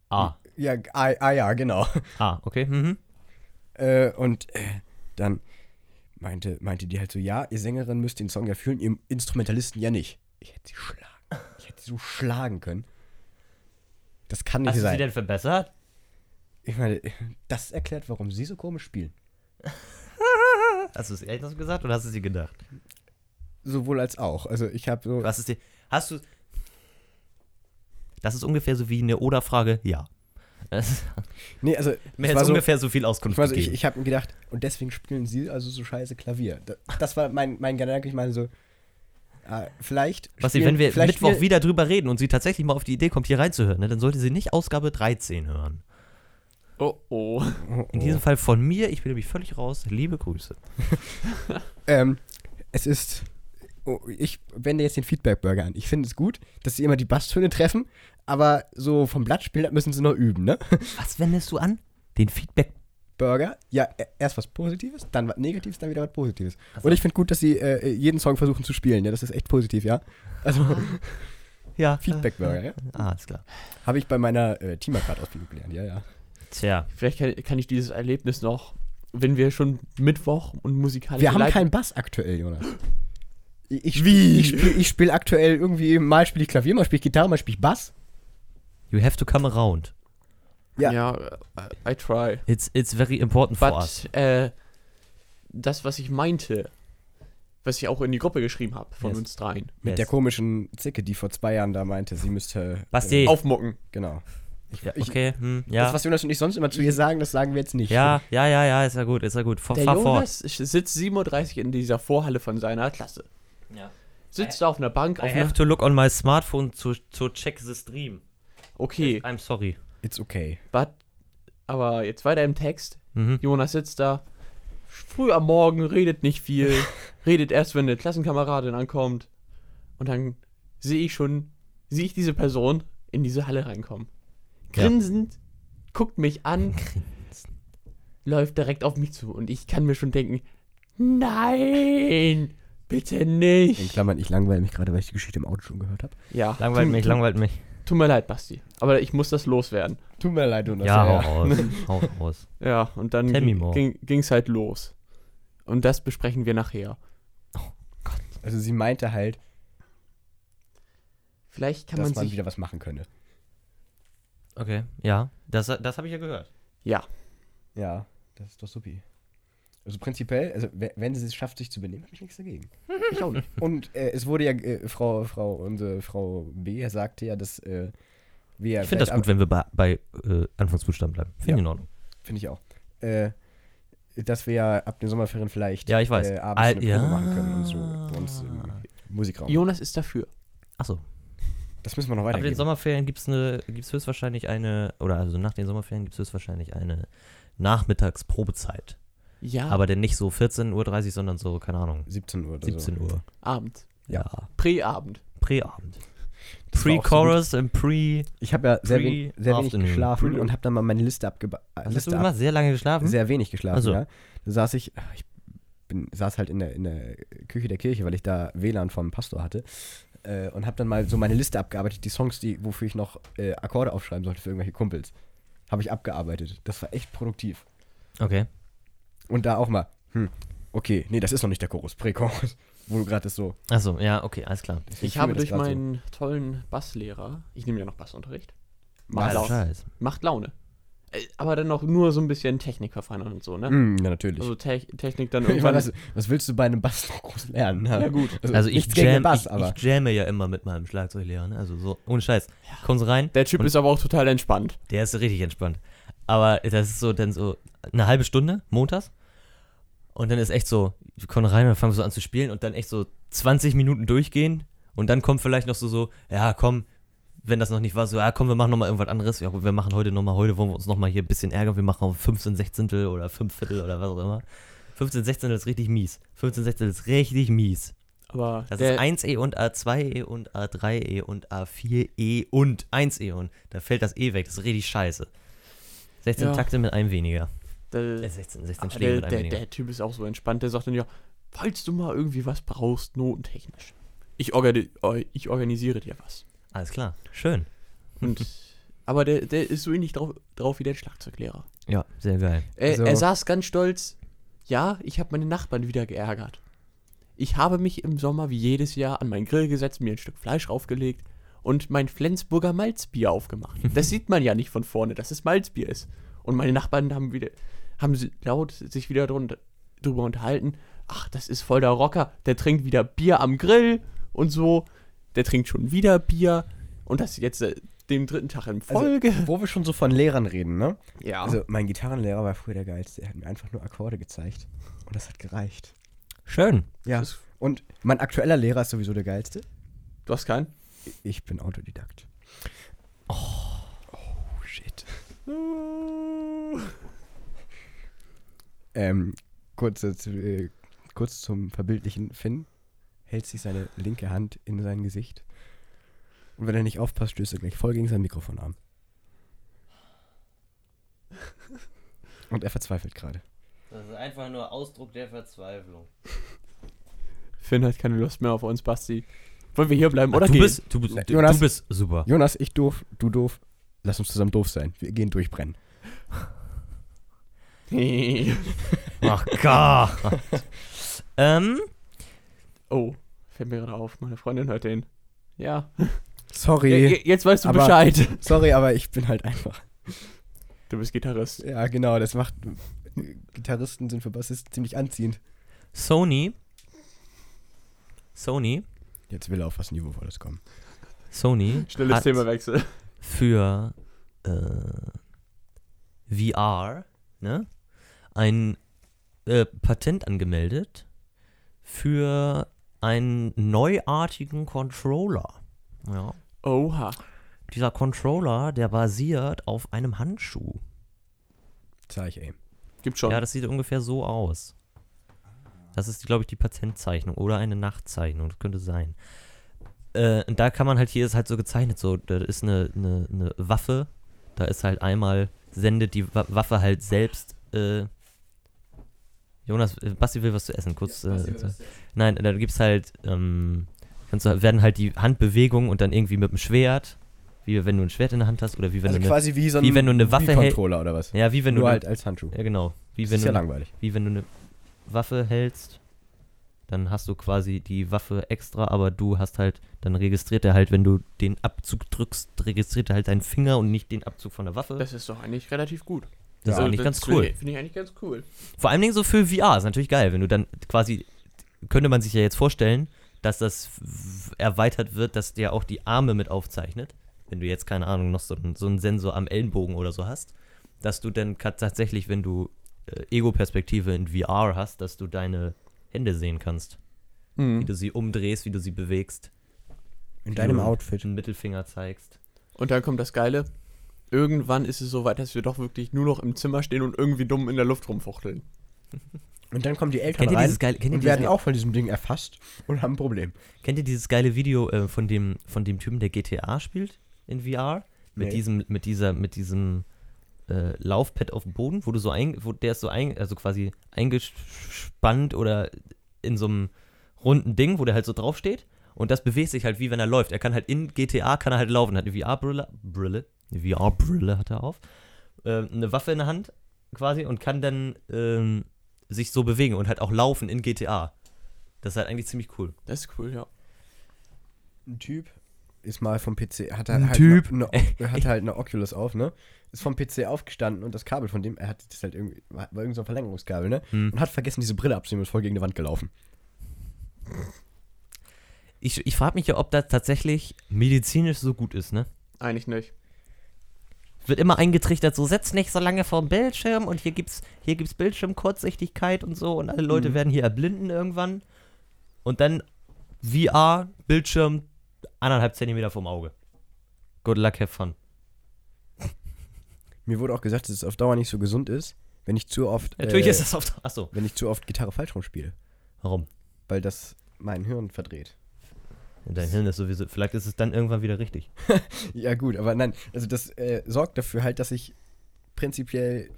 ah,
ja, ah, ah ja, genau. [LAUGHS]
ah, okay, mhm.
Äh, und äh, dann meinte, meinte die halt so, ja, ihr Sängerin müsst den Song ja fühlen, ihr Instrumentalisten ja nicht. Ich hätte sie schlagen. Ich hätte sie so schlagen können. Das kann nicht
Hast du Also sie
sein.
denn verbessert?
Ich meine, das erklärt, warum sie so komisch spielen.
Hast du es ehrlich gesagt oder hast du sie gedacht?
Sowohl als auch. Also ich habe so.
Was ist dir. Hast du. Das ist ungefähr so wie eine Oder-Frage, ja. Das,
Nee, also
mir
es
jetzt
war so,
ungefähr so viel Auskunft
ich, war so, ich,
gegeben.
ich habe mir gedacht, und deswegen spielen sie also so scheiße Klavier. Das, das war mein, mein Gedanke. Ich meine so, ah, vielleicht.
Basti,
spielen-
wenn wir
vielleicht
Mittwoch
spielen-
wieder drüber reden und sie tatsächlich mal auf die Idee kommt, hier reinzuhören, ne, dann sollte sie nicht Ausgabe 13 hören.
Oh oh.
Oh,
In
oh.
diesem Fall von mir, ich bin nämlich völlig raus. Liebe Grüße.
Ähm, es ist. Oh, ich wende jetzt den Feedback-Burger an. Ich finde es gut, dass sie immer die Basstöne treffen, aber so vom Blattspiel das müssen sie noch üben, ne?
Was wendest du an? Den Feedback.
Burger, ja, e- erst was Positives, dann was Negatives, dann wieder was Positives.
Ach so.
Und ich finde gut, dass sie äh, jeden Song versuchen zu spielen, ja, das ist echt positiv, ja. Also
Ja.
Feedback-Burger, ja.
Äh, ah, alles klar.
Habe ich bei meiner äh, Teamergrad-Ausbildung gelernt, ja, ja.
Tja.
Vielleicht kann, kann ich dieses Erlebnis noch, wenn wir schon Mittwoch und musikalisch
Wir haben keinen Bass aktuell, Jonas. Ich, ich,
Wie?
Ich spiele ich spiel aktuell irgendwie, mal spiele ich Klavier, mal spiele ich Gitarre, mal spiele ich Bass.
You have to come around.
Ja.
Ja, äh, I, I try.
It's, it's very important for us.
But äh, das, was ich meinte, was ich auch in die Gruppe geschrieben habe von
Yes.
uns dreien.
Mit
Yes.
der komischen Zicke, die vor zwei Jahren da meinte, sie müsste.
Basti.
Äh,
Aufmucken.
genau.
Ja, okay, hm, ja.
Das, was Jonas und ich sonst immer zu ihr sagen, das sagen wir jetzt nicht.
Ja, ja, ja, ja, ist ja gut, ist ja gut. Fahr,
Der
fahr fort.
Jonas sitzt 7.30 Uhr in dieser Vorhalle von seiner Klasse.
Ja.
Sitzt da auf einer Bank,
I
auf einer.
have to look on my smartphone to, to check the stream.
Okay,
I'm sorry.
It's okay.
but, aber jetzt weiter im Text.
Mhm.
Jonas sitzt da früh am Morgen, redet nicht
[LAUGHS]
viel, redet erst, wenn eine Klassenkameradin ankommt. Und dann sehe ich schon, sehe ich diese Person in diese Halle reinkommen.
Ja.
Grinsend, guckt mich an, läuft direkt auf mich zu. Und ich kann mir schon denken, nein, bitte
In
nicht.
Klammern, ich langweile mich gerade, weil ich die Geschichte im Auto schon gehört habe.
Ja,
Langweilt
tu-
mich,
tu-
langweilt mich.
Tut mir leid, Basti, aber ich muss das loswerden.
Tut mir leid, Jonas.
Ja,
[LAUGHS]
hau raus. hau raus.
Ja, und dann
Tell me more.
ging es halt los. Und das besprechen wir nachher.
Also sie meinte halt,
Vielleicht kann
dass
man
man
sich
wieder was machen könne.
Okay, ja. Das, das habe ich ja gehört.
Ja,
Ja, das ist doch supi. Also prinzipiell, also we- wenn sie es schafft, sich zu benehmen, habe ich nichts dagegen.
ich auch nicht.
[LAUGHS] Und äh, es wurde ja, äh, Frau, Frau, unsere Frau B sagte ja, dass äh, wir.
Ich finde das gut, wenn wir bei, bei äh, Anfangsbuchstaben bleiben. Finde ich in Ordnung.
Finde ich auch. Äh, dass wir ja ab den Sommerferien vielleicht
Ja, ich weiß.
Äh, abends
Al-
eine Probe
ja.
machen können und so bei uns im Musikraum.
Jonas ist dafür.
Achso.
Das müssen wir noch
Ab den
weitergeben.
Sommerferien gibt es eine, gibt's höchstwahrscheinlich eine, oder also nach den Sommerferien gibt es höchstwahrscheinlich eine Nachmittagsprobezeit.
Ja,
Aber denn nicht so 14.30 Uhr, sondern so, keine Ahnung,
17 Uhr oder
17
so.
Uhr.
Abend.
Ja.
Präabend.
Präabend.
Das war auch so
Pre-Chorus und Pre.
Ich habe ja sehr, wen sehr wenig
Pre-Afternoon.
geschlafen und habe dann mal meine Liste abgebaut.
Was hast du gemacht? Sehr lange geschlafen?
Sehr wenig geschlafen,
Ach so.
ja. Da saß ich, ich bin, saß halt in der, in der Küche der Kirche, weil ich da WLAN vom Pastor hatte. Äh, und habe dann mal so meine Liste abgearbeitet, die Songs, die, wofür ich noch äh, Akkorde aufschreiben sollte für irgendwelche Kumpels. Habe ich abgearbeitet. Das war echt produktiv.
okay.
Und da auch mal, hm, okay, nee, das ist noch nicht der Chorus, Prächorus. [LAUGHS] Wo du gerade das so.
Achso, ja, okay, alles klar.
deswegen
Ich
fiel mir
habe
das
durch
grad
meinen tollen Basslehrer, ich nehme ja noch Bassunterricht,
Was?
macht, Lau
Scheiß.
macht Laune. Äh, Aber dann noch nur so ein bisschen Technik verfeinern und so,
So,
ne?
hm, ja, natürlich.
Also Te Technik
[LAUGHS]
dann
ich meine,
[LAUGHS] irgendwann.
was, was willst du bei einem Bass noch groß lernen? ne?
ja, gut.
[LAUGHS]
Also ich
nichts gegen den
jam,
Bass,
ich,
aber.
ich jamme ja immer mit meinem Schlagzeuglehrer, ne? Also so, ohne Scheiß. Kommst rein,
Der Typ
Und-
ist aber auch total entspannt.
der ist richtig entspannt. Aber das ist so dann so eine halbe Stunde, montags. Und dann ist echt so, wir kommen rein und fangen so an zu spielen und dann echt so 20 Minuten durchgehen. Und dann kommt vielleicht noch so, so ja, komm, wenn das noch nicht war, so, ja, komm, wir machen nochmal irgendwas anderes. Ja, gut, wir machen heute nochmal, heute wollen wir uns nochmal hier ein bisschen ärgern. Wir machen um auf 15 Sechzehntel oder 5 Viertel oder was auch immer. 15 Sechzehntel ist richtig mies. 15 Sechzehntel ist richtig mies.
Aber
Das
der,
ist 1e und A2e und A3e und A4e und 1e und da fällt das E weg. Das ist richtig scheiße. 16
Ja.
Takte mit einem weniger.
der,
Äh, 16, 16
aber
Schläge
Ah, der,
mit einem
der,
weniger.
der Typ ist auch so entspannt. Der sagt dann ja, falls du mal irgendwie was brauchst, notentechnisch. Ich, organi eu- ich organisiere dir was.
Alles klar. Schön.
Und, aber der, der ist so ähnlich drauf, drauf wie der Schlagzeuglehrer.
Ja, sehr geil.
Er,
Also-
er saß ganz stolz. Ja, ich habe meine Nachbarn wieder geärgert. Ich habe mich im Sommer wie jedes Jahr an meinen Grill gesetzt, mir ein Stück Fleisch raufgelegt und mein Flensburger Malzbier aufgemacht. Das sieht man ja nicht von vorne, dass es Malzbier ist. Und meine Nachbarn haben wieder haben si- laut sich wieder drun- drüber unterhalten. Ach, das ist voll der Rocker. Der trinkt wieder Bier am Grill und so. Der trinkt schon wieder Bier und das jetzt äh, dem dritten Tag
Also,
in Folge.
Wo wir schon so von Lehrern reden, ne?
ja.
Also, mein Gitarrenlehrer war früher der geilste. Er hat mir einfach nur Akkorde gezeigt. Und das hat gereicht.
Schön.
Ja.
Das ist-
Und mein aktueller Lehrer ist sowieso der geilste.
du hast keinen?
Ich bin Autodidakt. Oh. Oh, shit. [LAUGHS] Ähm, kurz, dazu, äh, kurz zum verbildlichen Finn. Hält sich seine linke Hand in sein Gesicht. Und wenn er nicht aufpasst, stößt er gleich voll gegen sein Mikrofonarm. Und er verzweifelt gerade.
Das ist einfach nur Ausdruck der Verzweiflung.
Finn hat keine Lust mehr auf uns, Basti. Wollen wir hier bleiben oder
du,
gehen?
bist, du, bist,
Na,
du,
Jonas.
du bist super.
Jonas, ich doof, du doof. Lass uns zusammen doof sein. Wir gehen durchbrennen.
Ach
[LAUGHS]
Gott. ähm,
[LAUGHS] oh, fällt mir gerade auf. Meine Freundin hört den. Ja.
Sorry.
Ja, je- jetzt weißt du
aber-
Bescheid. [LAUGHS]
Sorry, aber ich bin halt einfach.
Du bist Gitarrist.
Ja, genau, das macht. Gitarristen sind für Bassisten ziemlich anziehend.
Sony. Sony.
Jetzt will er auf was Niveauvolles kommen.
Sony.
Schnelles
hat-
Themawechsel.
für äh, äh, VR ne, ein äh, Patent angemeldet für einen neuartigen Controller. Ja.
Oha.
Dieser Controller, der basiert auf einem Handschuh.
Zeig, ey.
Gibt schon.
Ja, das sieht ungefähr so aus. Das ist, glaube ich, die Patentzeichnung oder eine Nachtzeichnung. Das könnte sein. Äh, und da kann man halt, hier ist halt so gezeichnet, so, da ist eine, eine, eine Waffe, da ist halt einmal, sendet die Wa- Waffe halt selbst, äh, Jonas, äh, Basti will was zu essen, kurz. äh, Nein, da gibt's halt, ähm, kannst du, werden halt die Handbewegungen und dann irgendwie mit dem Schwert, wie wenn du ein Schwert in der Hand hast oder wie wenn
Also
du eine,
quasi wie so ein
wie wenn du eine Waffe hält-
Controller oder was?
ja, wie wenn
Nur
du,
halt als Handschuh.
ja genau, wie
Das
wenn
ist
du
ja langweilig.
wie wenn du eine Waffe hältst, dann hast du quasi die Waffe extra, aber du hast halt, dann registriert er halt, wenn du den Abzug drückst, registriert er halt deinen Finger und nicht den Abzug von der Waffe. Das,
Das ist doch eigentlich relativ gut.
ist
Also,
eigentlich
das
ganz
Finde
cool.
ich- finde ich eigentlich ganz cool.
Vor allem so für VR ist natürlich geil, wenn du dann quasi, könnte man sich ja jetzt vorstellen, dass das w- erweitert wird, dass der auch die Arme mit aufzeichnet. Wenn du jetzt, keine Ahnung, noch so, einen- so einen Sensor am Ellenbogen oder so hast, dass du dann ka- tatsächlich, wenn du äh, Ego-Perspektive in VR hast, dass du deine Hände sehen kannst. Wie du sie umdrehst, wie du sie bewegst,
In
deinem den Mittelfinger zeigst.
Und dann kommt das Geile. Irgendwann ist es so weit, dass wir doch wirklich nur noch im Zimmer stehen und irgendwie dumm in der Luft rumfuchteln.
Und dann kommen die Eltern
Kennt ihr
rein
dieses geile, kennt ihr
und
dieses,
werden auch von diesem Ding erfasst und haben ein Problem.
Kennt ihr dieses geile Video äh, von, dem, von dem Typen, der GTA spielt in VR? Mit
Nee.
diesem, mit dieser, mit diesem äh, Laufpad auf dem Boden, wo du so ein, wo der ist so ein, also quasi eingespannt oder in so einem runden Ding, wo der halt so drauf steht und das bewegt sich halt wie wenn er läuft. Er kann halt in GTA kann er halt laufen, hat eine VR-Brille, Brille, eine VR-Brille hat er auf, ähm, eine Waffe in der Hand quasi und kann dann ähm, sich so bewegen und halt auch laufen in GTA. Das ist halt eigentlich ziemlich cool.
Das ist cool, ja.
Ein Typ ist mal vom PC, hat
Ein
halt,
Typ. [LAUGHS]
Eine, eine, hat halt eine Oculus auf, ne? Ist vom PC aufgestanden und das Kabel von dem, er hat das halt irgendwie, war war irgend so ein Verlängerungskabel, ne?
Hm.
Und hat vergessen, diese Brille abzunehmen und ist voll gegen die Wand gelaufen.
Ich, ich frage mich ja, ob das tatsächlich medizinisch so gut ist, ne?
Eigentlich nicht.
Wird immer eingetrichtert, so setz nicht so lange vorm Bildschirm und hier gibt's, hier gibt's Bildschirmkurzsichtigkeit und so und alle Leute werden hier erblinden irgendwann. Und dann VR, Bildschirm, anderthalb Zentimeter vom Auge. Good luck, have fun.
Mir wurde auch gesagt, dass es auf Dauer nicht so gesund ist, wenn ich zu oft,
Natürlich
äh,
ist das auf. Achso,
wenn ich zu oft Gitarre falsch rumspiele,
warum?
weil das mein Hirn verdreht.
Dein Hirn ist sowieso. Vielleicht ist es dann irgendwann wieder richtig.
Ja, gut, aber nein, also das äh, sorgt dafür halt, dass ich prinzipiell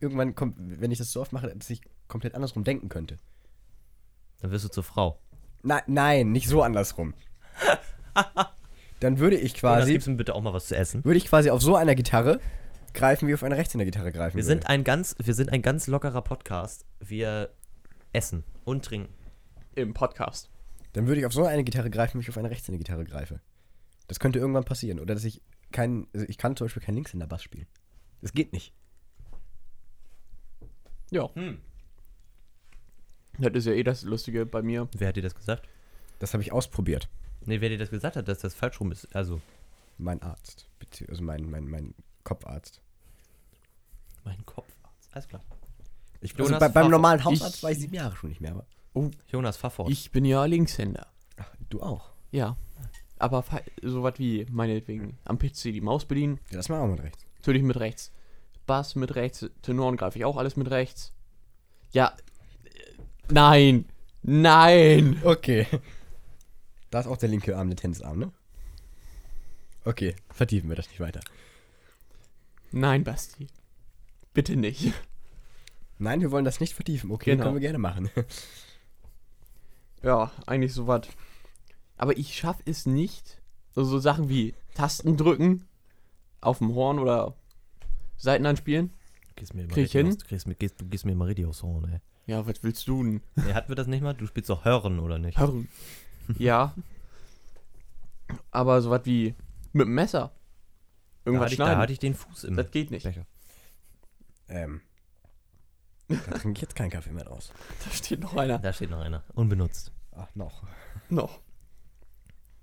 irgendwann, kom- wenn ich das so oft mache, dass ich komplett andersrum denken könnte.
Dann wirst du zur Frau.
Na, nein, nicht so andersrum. Dann würde ich
Jonas,
quasi,
gibst du mir bitte auch mal was zu essen?
würde ich quasi auf so einer Gitarre greifen, wie auf einer Rechtshänder-Gitarre greifen
Wir
würde.
sind ein ganz, wir sind ein ganz lockerer Podcast. Wir essen und trinken.
Im Podcast.
Dann würde ich auf so eine Gitarre greifen, wie ich auf eine Rechtshänder-Gitarre greife. Das könnte irgendwann passieren. Oder dass ich keinen, also ich kann zum Beispiel keinen Linkshänder-Bass spielen. Das geht nicht.
Ja.
Hm.
Das ist ja eh das Lustige bei mir.
Wer hat dir das gesagt?
Das habe ich ausprobiert.
Nee, wer dir das gesagt hat, dass das falsch rum ist. Also,
Mein Arzt, bezieh- also mein, mein, mein Kopfarzt.
mein Kopf. Alles klar.
Ich,
Jonas,
also bei, beim
fahr-
normalen Hausarzt
ich-
war ich sieben Jahre schon nicht mehr, aber
Jonas, fahr fort.
Ich bin ja Linkshänder.
ach, du auch.
Ja. Aber fa- sowas wie meinetwegen am PC die Maus bedienen,
Ja, das machen wir auch mit rechts.
natürlich mit rechts. Bass mit rechts, Tenoren greife ich auch alles mit rechts. Ja. äh, Nein. Nein.
Okay. Da ist auch der linke Arm, der Tennisarm, ne? Okay, vertiefen wir das nicht weiter.
Nein, Basti. Bitte nicht.
Nein, wir wollen das nicht vertiefen. Okay,
Genau.
können wir gerne machen.
[LAUGHS]
[LAUGHS]
Ja, eigentlich so was. Aber ich schaffe es nicht, so, so Sachen wie Tasten drücken auf dem Horn oder Seiten anspielen.
gehst mir
krieg ich hin?
Gehst, mir- gehst, gehst mir mal richtig aufs Horn, ey.
Ja, was willst du denn?
Nee, hatten wir das nicht mal? Du spielst doch Hören, oder nicht?
Hören. Ja. Aber so was wie mit dem Messer.
da,
Irgendwas
hatte ich, da
schneiden.
hatte ich den Fuß im
das geht nicht.
Becher.
Ähm. Da trinke ich jetzt keinen Kaffee mehr draus.
Da steht noch einer.
Da steht noch einer. Unbenutzt.
Ach, noch.
Noch.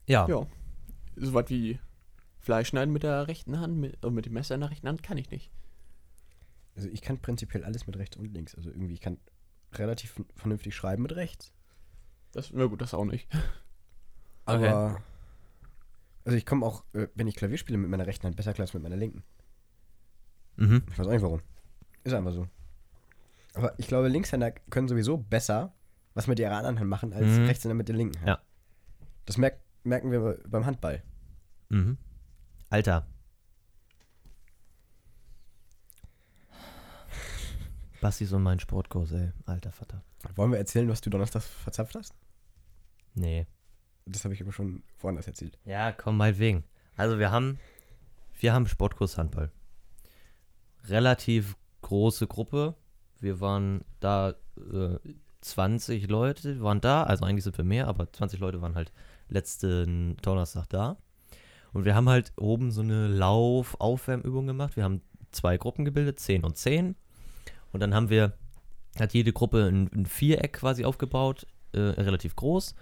Ja.
Ja. So was wie Fleisch schneiden mit der rechten Hand, mit, äh, mit dem Messer in der rechten Hand kann ich nicht.
Also ich kann prinzipiell alles mit rechts und links. Also irgendwie, ich kann relativ vern- vernünftig schreiben mit rechts.
Das, na gut, das auch nicht. [LAUGHS]
Okay.
Aber. Also ich komme auch, äh, wenn ich Klavier spiele, mit meiner rechten Hand besser klar als mit meiner linken.
Mhm.
Ich weiß auch nicht warum. Ist einfach so. Aber ich glaube, Linkshänder können sowieso besser was mit ihrer anderen Hand machen, als
Mhm.
Rechtshänder mit der linken Hand.
Ja.
Das merk merken wir beim Handball.
Mhm. Alter. Basti ist und mein Sportkurs, ey. Alter Vater.
Wollen wir erzählen, was du Donnerstag verzapft hast?
Nee.
Das habe ich aber schon woanders erzählt.
Ja, komm, meinetwegen. Also wir haben, wir haben Sportkurs Handball. Relativ große Gruppe. Wir waren da äh, 20 Leute waren da, also eigentlich sind wir mehr, aber 20 Leute waren halt letzten Donnerstag da. Und wir haben halt oben so eine Lauf-Aufwärmübung gemacht. Wir haben zwei Gruppen gebildet, 10 und 10. Und dann haben wir, hat jede Gruppe ein, ein Viereck quasi aufgebaut, äh, relativ groß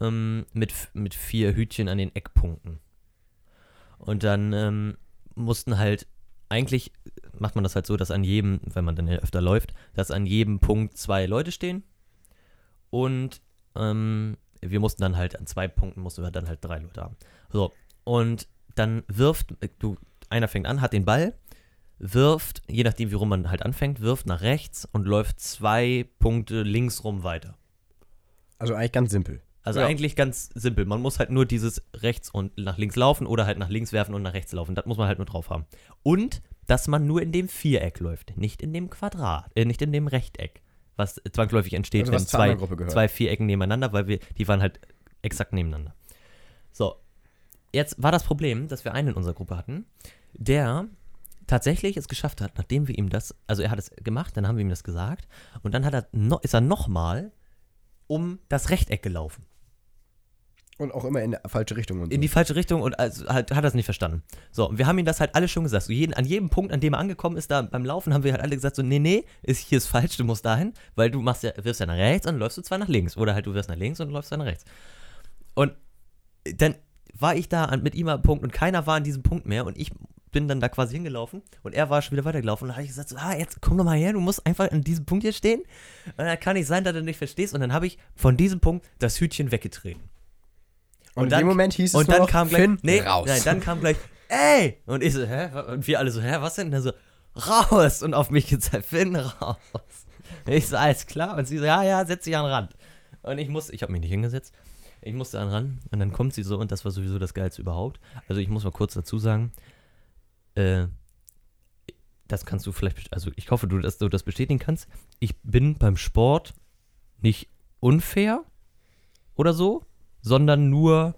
ähm, mit, f- mit vier Hütchen an den Eckpunkten. Und dann ähm, mussten halt, eigentlich macht man das halt so, dass an jedem, wenn man dann ja öfter läuft, dass an jedem Punkt zwei Leute stehen. Und ähm, wir mussten dann halt, an zwei Punkten mussten wir dann halt drei Leute haben. So, und dann wirft, äh, du, einer fängt an, hat den Ball, wirft, je nachdem wie rum man halt anfängt, wirft nach rechts und läuft zwei Punkte links rum weiter.
Also eigentlich ganz simpel.
Also
Ja.
eigentlich ganz simpel. Man muss halt nur dieses rechts und nach links laufen oder halt nach links werfen und nach rechts laufen. Das muss man halt nur drauf haben. Und dass man nur in dem Viereck läuft, nicht in dem Quadrat, äh, nicht in dem Rechteck, was zwangsläufig entsteht,
Also was
wenn
zur
zwei,
anderen Gruppe gehört.
zwei Vierecken nebeneinander, weil wir, die waren halt exakt nebeneinander. So, jetzt war das Problem, dass wir einen in unserer Gruppe hatten, der tatsächlich es geschafft hat, nachdem wir ihm das, also er hat es gemacht, dann haben wir ihm das gesagt und dann hat er, no, ist er nochmal um das Rechteck gelaufen
Und auch immer in die falsche Richtung und so.
in die falsche Richtung und also halt, hat das nicht verstanden. So, und wir haben ihm das halt alle schon gesagt. So jeden, an jedem Punkt, an dem er angekommen ist, da beim Laufen, haben wir halt alle gesagt, so, nee, nee, ist, hier ist falsch, du musst dahin, weil du machst ja, wirfst ja nach rechts und läufst du zwar nach links. Oder halt du wirfst nach links und läufst dann nach rechts. Und dann war ich da an, mit ihm am Punkt und keiner war an diesem Punkt mehr und ich bin dann da quasi hingelaufen und er war schon wieder weitergelaufen und da habe ich gesagt, so, ah, jetzt komm doch mal her, du musst einfach an diesem Punkt hier stehen und dann kann nicht sein, dass du nicht verstehst und dann habe ich von diesem Punkt das Hütchen weggetreten.
und, in
dann-
dem Moment hieß es
Und
nur
dann
noch,
kam gleich,
Finn,
nee,
raus.
nein, dann kam gleich, ey! Und ich so, hä? Und wir alle so, hä, was denn? Und dann so, raus! Und auf mich gezeigt, Finn, raus! Und ich so, alles klar? Und sie so, ja, ja, setz dich an den Rand. Und ich muss, ich habe mich nicht hingesetzt, ich musste an den Rand. Und dann kommt sie so, und das war sowieso das Geilste überhaupt. Also ich muss mal kurz dazu sagen, äh, das kannst du vielleicht, best- also ich hoffe, du, dass du das bestätigen kannst. Ich bin beim Sport nicht unfair oder so, sondern nur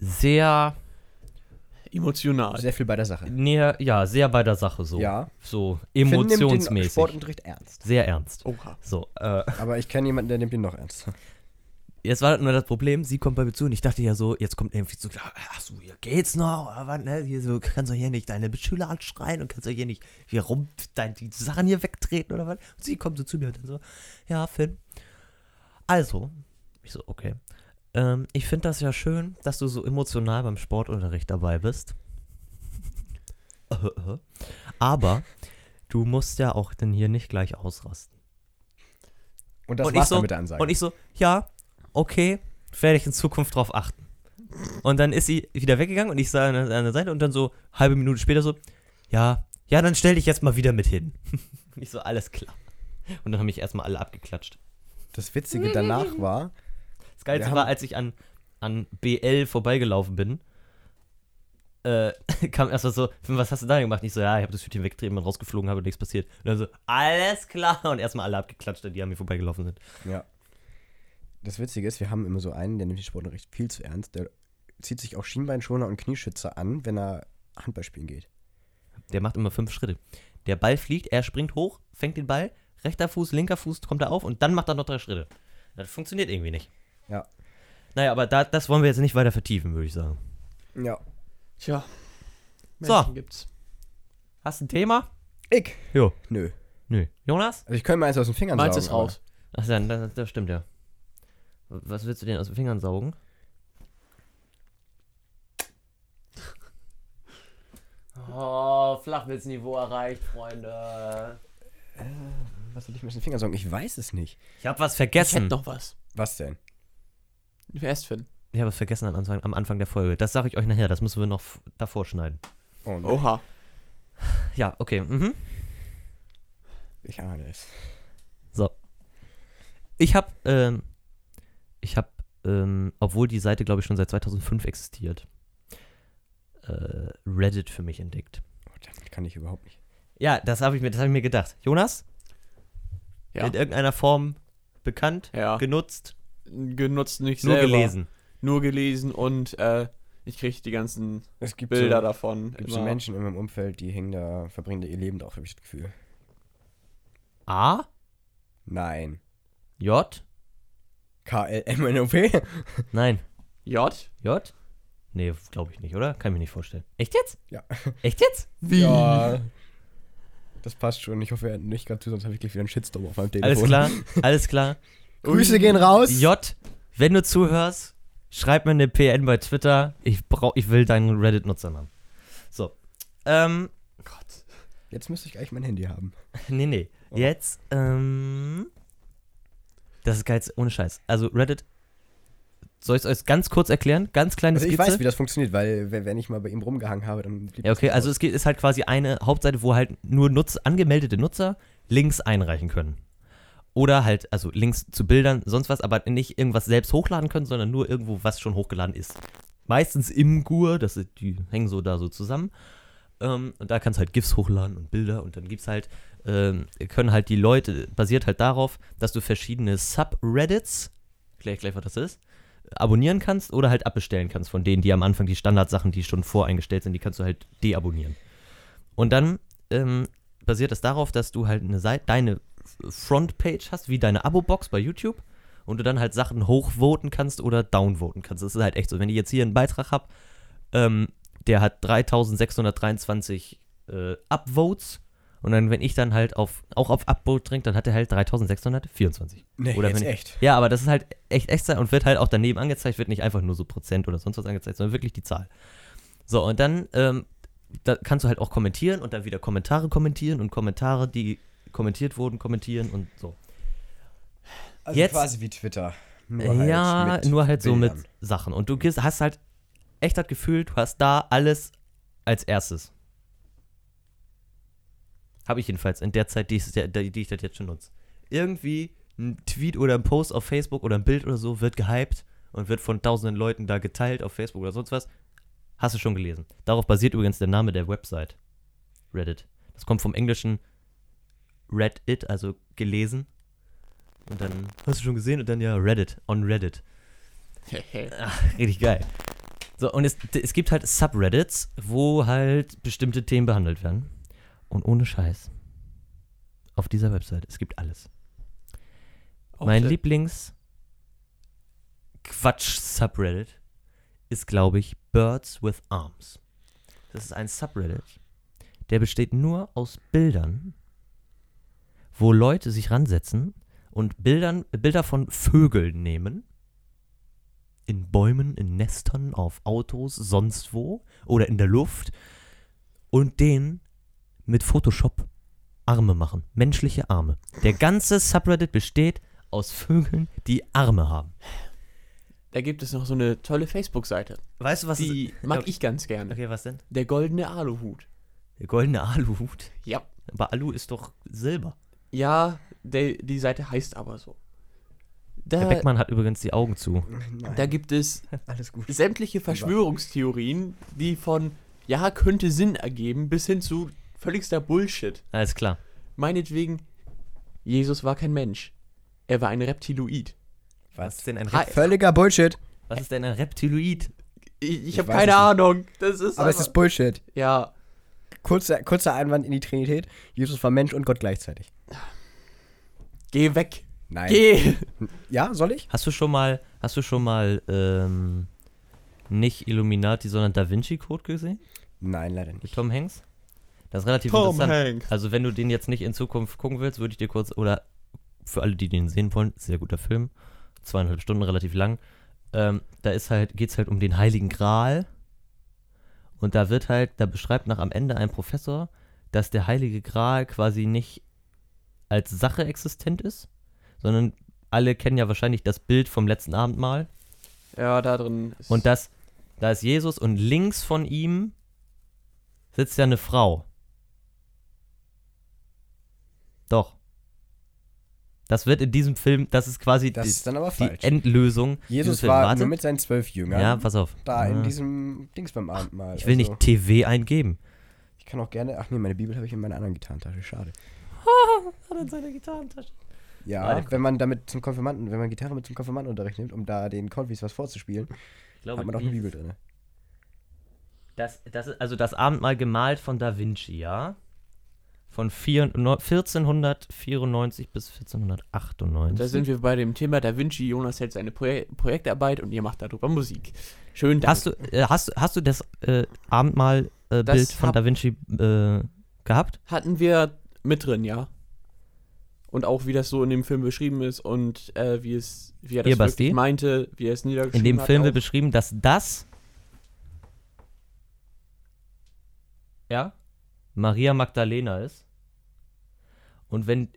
sehr
Emotional.
sehr viel bei der Sache.
näher, ja, sehr bei der Sache so.
Ja.
So
Finn nimmt den
emotionsmäßig.
Sportunterricht ernst.
Sehr ernst.
Oha.
So, äh,
Aber ich kenne jemanden, der nimmt ihn noch ernst.
jetzt war nur das Problem, sie kommt bei mir zu und ich dachte ja so, jetzt kommt irgendwie so, klar, ach so, hier geht's noch, oder was, ne? Hier so, kannst du hier nicht deine Mitschüler anschreien und kannst du hier nicht hier rum dein, die Sachen hier wegtreten oder was? Und sie kommt so zu mir und dann so, ja, Finn. Also, ich so, okay. Ähm, ich finde das ja schön, dass du so emotional beim Sportunterricht dabei bist. [LAUGHS] Aber du musst ja auch denn hier nicht gleich ausrasten.
Und das
Und ich
war's
so-
dann mit der Ansage.
Und ich so, ja, okay, werde ich in Zukunft drauf achten. Und dann ist sie wieder weggegangen und ich sah an der an der Seite und dann so halbe Minute später so, ja, ja, dann stell dich jetzt mal wieder mit hin. [LAUGHS] Und ich so, alles klar. Und dann haben mich erstmal alle abgeklatscht.
das Witzige danach war,
Das Geilste
Wir
war,
haben-
als ich an, an BL vorbeigelaufen bin, äh, [LAUGHS] kam erstmal so, was hast du da gemacht? Und ich so, ja, ich habe das Hütchen weggetrieben und rausgeflogen, habe nichts passiert. Und dann so, alles klar. Und erstmal alle abgeklatscht, die an mir vorbeigelaufen sind.
ja. Das Witzige ist, wir haben immer so einen, der nimmt den Sportunterricht viel zu ernst. Der zieht sich auch Schienbeinschoner und Knieschützer an, wenn er Handball spielen geht.
Der macht immer fünf Schritte. Der Ball fliegt, er springt hoch, fängt den Ball, rechter Fuß, linker Fuß, kommt er auf und dann macht er noch drei Schritte. Das funktioniert irgendwie nicht.
Ja.
Naja, aber da, das wollen wir jetzt nicht weiter vertiefen, würde ich sagen.
Ja.
Tja.
So.
Menschen Gibt's.
Hast du ein Thema?
Ich?
Jo.
Nö.
Nö. Jonas?
Also ich könnte mir eins aus den Fingern
Malz
saugen.
ist raus.
Ach ja, das, das stimmt ja. Was willst du denn aus den Fingern saugen?
Oh, Flachwitzniveau erreicht, Freunde.
Was soll ich mit den Fingern sagen? Ich weiß es nicht.
Ich habe was
Ich hätte
vergessen.
noch was.
Was denn?
Erstfin.
Ich habe was vergessen am Anfang, am Anfang der Folge. Das sage ich euch nachher. Das müssen wir noch f- davor schneiden.
Oh, ne?
Oha.
Ja, okay. Mhm.
Ich ahne es.
Ich habe, ähm, ich habe, ähm, obwohl die Seite, glaube ich, schon seit 2005 existiert, äh, Reddit für mich entdeckt.
Oh, damit kann ich überhaupt nicht.
Ja, das habe ich, mir- das hab ich mir gedacht. Jonas?
Ja.
In irgendeiner Form bekannt,
Ja.
genutzt,
Genutzt nicht
nur
selber.
gelesen.
Nur gelesen und äh, ich kriege die ganzen
Es gibt
Bilder
so,
davon.
gibt so
immer.
Menschen in meinem Umfeld, die hängen da, verbringen da ihr Leben drauf, habe ich das Gefühl.
A,
Nein.
[LAUGHS]
J,
KLMNOP?
nein,
J?
J? Nee, glaube ich nicht, oder? Kann ich mir nicht vorstellen. Echt jetzt?
Ja.
Echt
[LAUGHS]
jetzt?
Wie?
Ja. Das passt schon. Ich hoffe, er hört nicht gerade zu, sonst habe ich gleich wieder einen Shitstorm auf meinem Telefon.
Alles klar, alles klar.
Grüße gehen raus.
J, wenn du zuhörst, schreib mir eine PN bei Twitter. Ich brauch, ich will deinen Reddit-Nutzernamen. So. Ähm, [LAUGHS]
Gott.
Jetzt müsste ich eigentlich mein Handy haben.
nee, nee.
Oh.
Jetzt, ähm. Das ist geil, ohne Scheiß. Also Reddit, soll ich es euch ganz kurz erklären? Ganz kleine
Also ich
Skizze.
weiß, wie das funktioniert, weil w- wenn ich mal bei ihm rumgehangen habe, dann blieb
Ja, okay,
das
also
aus.
es geht, ist halt quasi eine Hauptseite, wo halt nur Nutz, angemeldete Nutzer Links einreichen können. Oder halt, also Links zu Bildern, sonst was, aber nicht irgendwas selbst hochladen können, sondern nur irgendwo, was schon hochgeladen ist. Meistens im GUR, das ist, die hängen so da so zusammen. Ähm, und da kannst du halt GIFs hochladen und Bilder und dann gibt's halt, ähm, können halt die Leute, basiert halt darauf, dass du verschiedene Subreddits, gleich gleich, was das ist, abonnieren kannst oder halt abbestellen kannst von denen, die am Anfang die Standardsachen, die schon voreingestellt sind, die kannst du halt deabonnieren. Und dann ähm, basiert das darauf, dass du halt eine Seite, deine Frontpage hast, wie deine Abo-Box bei YouTube und du dann halt Sachen hochvoten kannst oder downvoten kannst. Das ist halt echt so. Wenn ich jetzt hier einen Beitrag habe, ähm, der hat 3623 äh, Upvotes und dann, wenn ich dann halt auf, auch auf Upvote drücke, dann hat er halt 3624.
Nee,
oder
jetzt
wenn ich-
echt.
Ja, aber das ist halt echt extra und wird halt auch daneben angezeigt, wird nicht einfach nur so Prozent oder sonst was angezeigt, sondern wirklich die Zahl. So, und dann ähm, da kannst du halt auch kommentieren und dann wieder Kommentare kommentieren und Kommentare, die kommentiert wurden, kommentieren und so.
Also
Jetzt-
quasi wie Twitter.
ja, nur halt so
Bildern.
mit Sachen. Und du gehst, hast halt echt das Gefühl, du hast da alles als erstes. Habe ich jedenfalls in der Zeit, die ich, die, die ich das jetzt schon nutze. Irgendwie ein Tweet oder ein Post auf Facebook oder ein Bild oder so wird gehypt und wird von tausenden Leuten da geteilt auf Facebook oder sonst was. Hast du schon gelesen. Darauf basiert übrigens der Name der Website. Reddit. Das kommt vom englischen read it, also gelesen. Und dann hast du schon gesehen und dann ja Reddit, on [LAUGHS] Reddit. Ah, Richtig geil. So, und es, es gibt halt Subreddits, wo halt bestimmte Themen behandelt werden. Und ohne Scheiß. Auf dieser Website, es gibt alles. mein
Aufschnitt.
Lieblings Quatsch Subreddit ist glaube ich Birds with Arms. Das ist ein Subreddit, der besteht nur aus Bildern, wo Leute sich ransetzen und Bildern, Bilder von Vögeln nehmen in Bäumen, in Nestern, auf Autos, sonst wo oder in der Luft und den mit Photoshop Arme machen, menschliche Arme. Der ganze Subreddit besteht aus Vögeln, die Arme haben.
Da gibt es noch so eine tolle Facebook-Seite.
Weißt du, was
Die mag ich ganz gerne.
Okay, was denn?
Der goldene Aluhut.
Der goldene Aluhut.
Ja.
Aber Alu ist doch Silber.
Ja, der, die Seite heißt aber so.
Der
Da,
Beckmann hat übrigens die Augen zu.
Nein,
da gibt es
alles gut.
sämtliche Verschwörungstheorien, die von ja, könnte Sinn ergeben, bis hin zu völligster Bullshit.
Alles klar.
Meinetwegen, Jesus war kein Mensch. Er war ein Reptiloid.
Was ist denn ein,
Hi.
Rep
Völliger Bullshit.
was ist denn ein Reptiloid?
Ich, ich,
Ich
habe
weiß
keine
es nicht.
Ahnung. Das ist
Aber es ist Bullshit.
ja,
Kurzer, kurzer Einwand in die Trinität. Jesus war Mensch und Gott gleichzeitig.
geh weg.
Nein.
Geh.
Ja, soll ich?
Hast du schon mal, hast du schon mal ähm, nicht Illuminati, sondern Da Vinci Code gesehen?
Nein, leider nicht.
Mit Tom Hanks? Das ist relativ interessant.
Hanks.
Also wenn du den jetzt nicht in Zukunft gucken willst, würde ich dir kurz, oder für alle, die den sehen wollen, sehr guter Film, zweieinhalb Stunden, relativ lang, ähm, da ist halt, geht es halt um den Heiligen Gral Und da wird halt, da beschreibt noch am Ende ein Professor, dass der Heilige Gral quasi nicht als Sache existent ist, sondern alle kennen ja wahrscheinlich das Bild vom letzten Abendmahl.
Ja, da drin ist.
Und das, da ist Jesus und links von ihm sitzt ja eine Frau. Doch. Das wird in diesem Film, das ist quasi
Das ist
die,
dann aber
die
falsch.
Endlösung. dieses
Jesus
Films.
war
Warte.
nur mit seinen zwölf Jüngern
Ja, pass auf.
da
Ah.
in diesem Dings beim Abendmahl.
ich will
Also,
nicht TV eingeben.
Ich kann auch gerne. Ach nee, meine Bibel habe ich in meiner anderen Gitarrentasche. Schade.
Hat in seiner Gitarrentasche.
Ja,
Warte.
wenn man damit zum Konfirmanden, wenn man Gitarre mit zum Konfirmandenunterricht nimmt, um da den Konfis was vorzuspielen,
Ich
hat
glaube,
man auch eine Bibel drin. ne?
Das, das ist also das Abendmahl gemalt von Da Vinci, ja? Von vier, neun- 1494 bis 1498.
da sind wir bei dem Thema Da Vinci. Jonas hält seine Projek Projektarbeit und ihr macht darüber Musik. Schön, danke.
Hast du, äh, hast, hast du das äh, Abendmahl-Bild äh,
Das
Bild von
hab-
Da Vinci äh, gehabt?
Hatten wir mit drin, ja. Und auch wie das so in dem Film beschrieben ist und äh, wie es, wie er das
Hier, Basti?
wirklich meinte, wie er es niedergeschrieben
In dem
hat.
Film wird
auch.
beschrieben, dass das ja Maria Magdalena ist und wenn